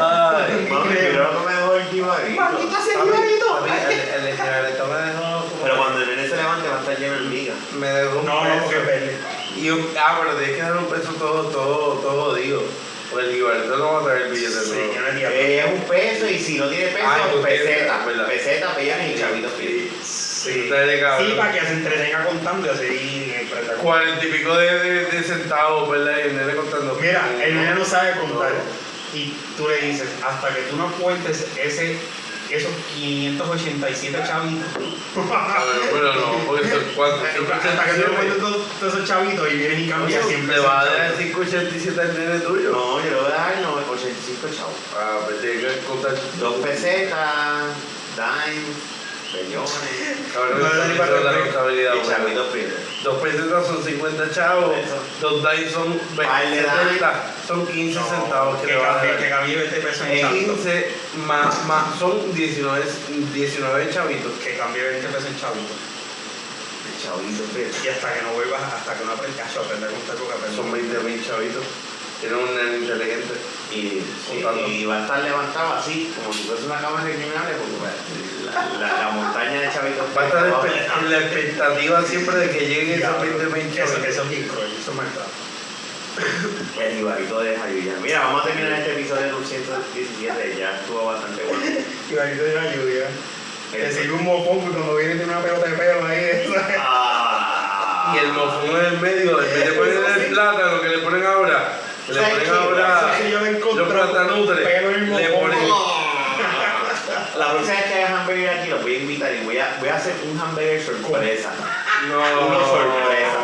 Ay, mami, mira lo que me dejó el jibarito. Maldita sea, Papi, jibarito. papi, El el jibarito me dejó. como- Pero cuando el nene se levante va a estar lleno de hormigas. Me dejó un No, no, porque peso. perde. Y un, ah, pero tienes que dar un peso todo, todo, todo, digo. Porque el jibarito no va a traer el billete nuevo. Señores, diablo. Eh, es un peso y si no tiene peso, Ah, tú tienes, peseta. ¿verdad? Peseta, pellanes y chavitos Sí. fríos. Sí. Dale, cabrón. Sí, para que se entretenga contando y así emprender. Cuarenta y pico de, de- de centavos, ¿verdad? Y el nene contando. Mira, el nene no sabe contar. No. Y tú le dices, hasta que tú no cuentes ese, esos 587 chavitos. A ver, bueno, no, porque son cuatro. cinco, hasta que tú no cuentes todos todos esos chavitos y vienes y cambias siempre. Le pues, va a son dar chavitos. 587 al nene tuyo. No, yo le voy a dar 9 por 85 chavos. Ah, pues tiene que contar. Dos pesetas, dimes, millones Cabrón, No, esa no, es no, no, la no. contabilidad. y bueno. chavitos fríos. Dos pesetas son 50 chavos. Eso. Dos dice son 20 Par de dimes. setenta, Son 15 centavos que que le va a cambie- que dar. cambie 20 pesos en chavitos. 15 más, más son 19, 19 chavitos. Que cambie 20 pesos en chavitos. Chavitos fríos. Y hasta que no vuelvas, hasta que no aprendas a aprender a contar tu Son cabeza. 20 mil chavitos. Tiene un nene inteligente. Y, sí, Contando. y va a estar levantado así, como si fuese una cámara de criminales, porque la, la- la montaña de chavitos Va a estar fríos. espe- con la expectativa siempre de que lleguen esos 20 mil Eso chavitos. eso es bien cruel, eso es maltrato. El jibarito de Jayuya. Mira, vamos a terminar este episodio del 117, ya estuvo bastante bueno. Y la gente de la lluvia. El- Le sirve un mofón porque cuando viene tiene una pelota de pelo ahí. esa. Ah. Y el mofón en el medio, en vez de poner el plátano que le ponen ahora, que le ¿Sabes ponen qué? ahora Eso sí yo lo he los encontrado, pero el platanutres, le mofón ponen La próxima vez que haya hamburger aquí lo voy a invitar y voy a, voy a hacer un hamburger sorpresa. Uno eh. sorpresa.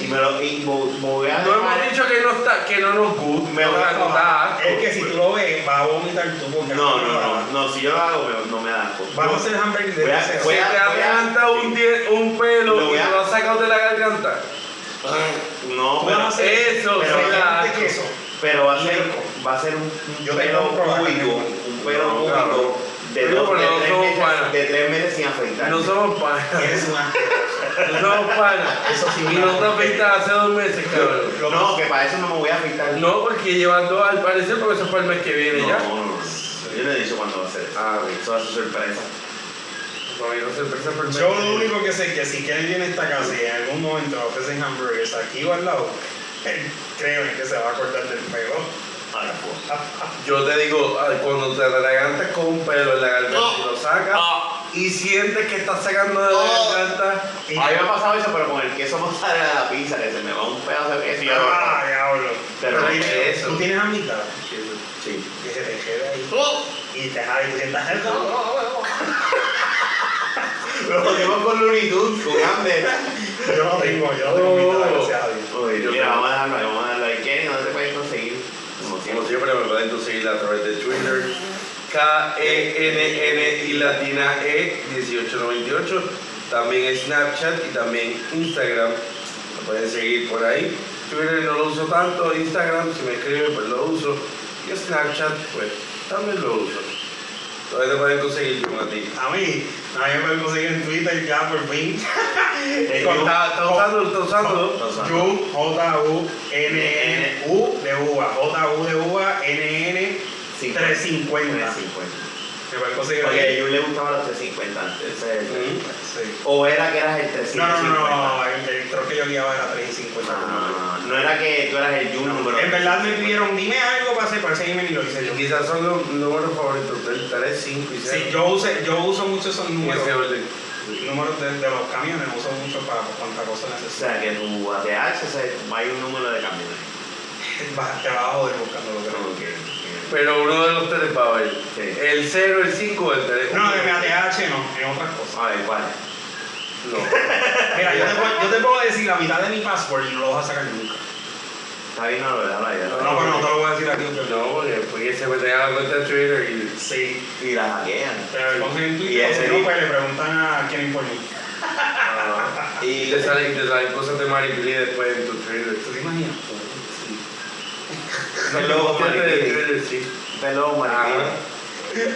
Y me lo y mo- mo- voy a No hemos dejar- dicho que no, está, que no nos gusta, Me Ah, voy a nos da asco. Es que si tú lo ves, va a vomitar tú porque. No, no, no. No, si yo lo hago me- no me da asco. Vamos a hacer hamburguesas de Voy a- cero. voy Si a- te has levantado un, die- un pelo Lo y voy a- te lo has sacado de la garganta. No, Vamos a pero, hacer Eso, pero sí, la- antes que eso. pero va a ser Rico. va a ser un, un Yo pelo tengo un programa. cúbico, un pelo No, cúbico cabrón. de, No, dos, pero de, no tres somos meses, panas. de tres meses sin afeitar. No somos panas, Eres una. no somos panas. Eso sí, Y no te afeitas hace dos meses, cabrón. Lo No, que para eso no me voy a afeitar. No, porque llevando al parecer, porque eso es para el mes que viene No, ya. no, no. Yo no he dicho cuándo va a ser eso. Ah, ok. Eso va a ser sorpresa. Todavía no se empieza por el mes. Yo lo único que sé es que si quieren ir a esta casa y en algún momento ofrecen hamburguesas aquí o al lado, créeme que se va a cortar del pelo. Ahora, pues. Yo te digo, ah, cuando te atragantas con un pelo en la garganta y lo sacas y sientes que estás sacando de la Oh. garganta, Y- A mí me ha pasado eso, pero con el queso mozzarella de la pizza, que se me va un pedazo de queso y ya lo- Ah, diablo. Pero Tú no tienes- es eso. Tú tienes a mitad Sí. que se te queda ahí. Oh. Y te jala y tú sientas eso. Lo ponemos con Looney Tunes, con Amber. Yo no tengo, yo no tengo mitad, Oh. gracias a Dios. Uy, Mira, vamos a dejarlo, ahí, vamos a dejarlo. ahí. Kenny, ¿dónde te pueden conseguir? Como como siempre. siempre me pueden conseguir a través de Twitter, K-E-N-N y latina E 1898, también Snapchat y también Instagram, me pueden seguir por ahí. Twitter no lo uso tanto, Instagram si me escriben pues lo uso y Snapchat pues también lo uso. Todavía te pueden conseguir yo a ti. A mí, a mí me pueden conseguir en Twitter ya por fin. Eh, Con- Está, está usando, está usando. Entonces, Jun, J-U-N-N-U de uva, J-U de uva, N-N, Sí. 350. 350. Me pueden conseguir Porque a ahí. Jun le gustaban los 350 antes. ese es el- Sí. O era que eras el No, 350. no, no, no, el, el trozo que yo guiaba era 350. No, no, no, no. No era que tú eras el Jun número En verdad me pidieron, dime algo para hacer, para ese email y lo hice yo. Y quizás son los números favoritos del 3, 5 y 6. Sí, yo, usé- yo uso mucho esos En ese números, orden. números de, de los camiones, uso mucho para cuánta cosa O necesito. sea, que tu ATH, o sea, hay un número de camiones. Va- Te vas a joder buscando lo que no. Creo que- Pero uno de los tres va a ver. Sí. El 0, el 5 o el 3. No, de ATH no, en otras cosas. A ver, ¿cuál? Mira, yo te, puedo, yo te puedo decir la mitad de mi password y no lo vas a sacar nunca. Está bien, no lo dejo ahí, déjalo ahí. No, pero no te lo voy a decir aquí. pero- No, porque porque se me tenga la cuenta de Twitter y. Sí, Y la hackean. pero el consejo en Y Twitter, ese si no, día. pues le preguntan a quién informó. ¿Tú ah, y Y te salen, te salen cosas de Maripili después en tu Twitter. te imaginas? el logo Cuenta de Maripili. Twitter, sí. Pelón, maricón. Ah,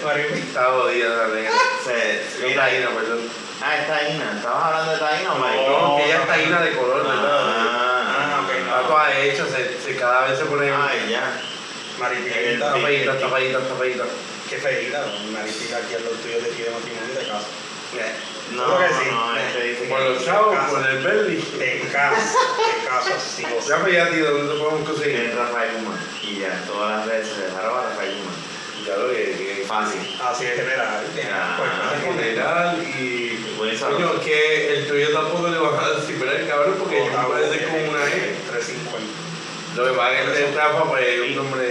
Parece- está jodida la nena. Se- Mira Mira, ahí, no, perdón. ah, es taína. ¿Estabas hablando de taína o No, maricón? pues, No, que ella no, está ahí la de color, Ah, ¿verdad? Ah, ok, no. Ah, lo ha hecho, se, se- cada vez se pone Ay, ya. Maripiquita, está pues. feíta, está feíta, está feíta. qué feita. Maripiquita aquí al lado tuyo le pide matrimonio y te casas. Eh, No, Creo que sí. no, este dice que- Por los chavos, Casa. por el belly. Te casas, te casas, sí o sí. Ya me ya, tío, ¿dónde te podemos conseguir? Es Rafael Guzmán. Y ya, todas las redes se dejaron a Rafael Guzmán. Ya lo que, que Fácil. Así es, Ah, general. Pues, en pues, general y. Buen sabor. Coño, que el tuyo tampoco le vas a descifrar el cabrón porque yo me parece como una E. 350. Lo que pasa es que el Rafa, pues, es un hombre.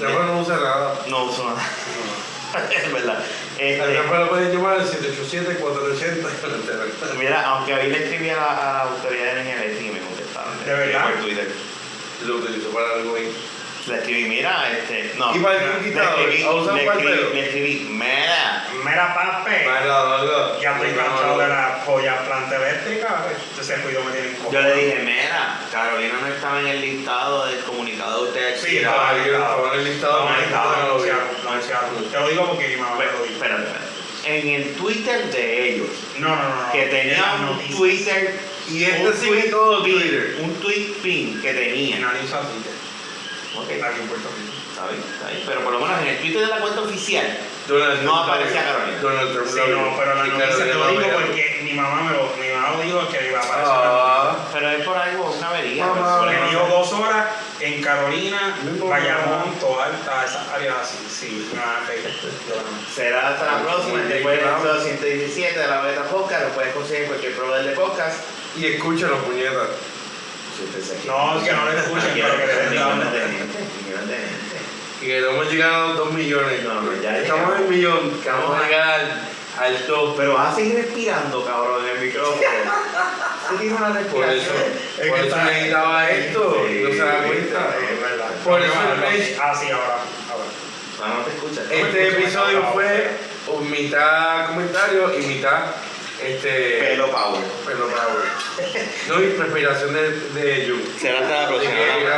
Rafa no usa nada. No uso nada. es verdad. Al Este, Rafa lo pueden llamar al 787-480. mira, aunque ahí le escribí a la, a la autoridad de energía eléctrica y me contestaron. ¿De verdad? Por Twitter. Lo utilizó para algo ahí. Le escribí, mira, este. No. Y Le para el conquistador, escribí, ¿ha usado le escribí, palpero? le escribí, mira. Mira, papi. Mala, mala. Ya estoy cansado de la polla planta eléctrica. Ese ruido me tiene Yo le dije, mira, Carolina no estaba en el listado del comunicado de ustedes. Sí, Y- no, estaba yo estaba en el listado, Estaba en el listado, pero no lo vi. no, no, no, no. Te lo digo porque mi mamá me Bueno, lo Pues, dijo. espérate, espérate. En el Twitter de ellos, No, no, no. no. Ah, que Las tenían un noticias. Twitter. Y este un sí tweet que todo pin, Twitter. Un tweet pin que Y tenían. nadie usa Twitter. Ok, Aquí en Puerto Rico. está bien, está bien. Pero por lo menos en el Twitter de la cuenta oficial. Donald Trump No la aparecía vio. Carolina. Donald Trump Sí, la vio. no, pero la Y noticia te Carolina lo digo la vio. porque mi mamá me lo, mi mamá lo dijo que le iba a aparecer. Ah, Pero es por algo, una avería. Mamá. por Le eso- dio dos horas en Carolina, Mismo Bayamón, programa. Toa Alta, esas áreas así. Sí, nada, perfecto. Yo no. Será hasta la próxima. Muy bien, Después del bravo. episodio 117 de la Beta Podcast, lo puedes conseguir en cualquier proveedor de podcast. y escucha los puñetas. Si usted se No, que no les escuchen, Aquí pero que les den nivel la- de gente, nivel de gente. Y queremos llegar a los 2 millones. No, no, ya Estamos llegamos. en el millón. que Vamos a Ajá. llegar al- al top. Pero vas a seguir respirando, cabrón, en el micrófono. Tú tienes una Por eso, respiración. por eso necesitaba esto. Sí, no se da cuenta. sí, es verdad. Por eso el page- Ah, sí, ahora. ahora. Ah, no te escuchas. Este episodio fue un mitad comentario y mitad este Pelo Power. pelo bravo. No, y respiración de, de Yu. Será hasta la Así que próxima. Ah,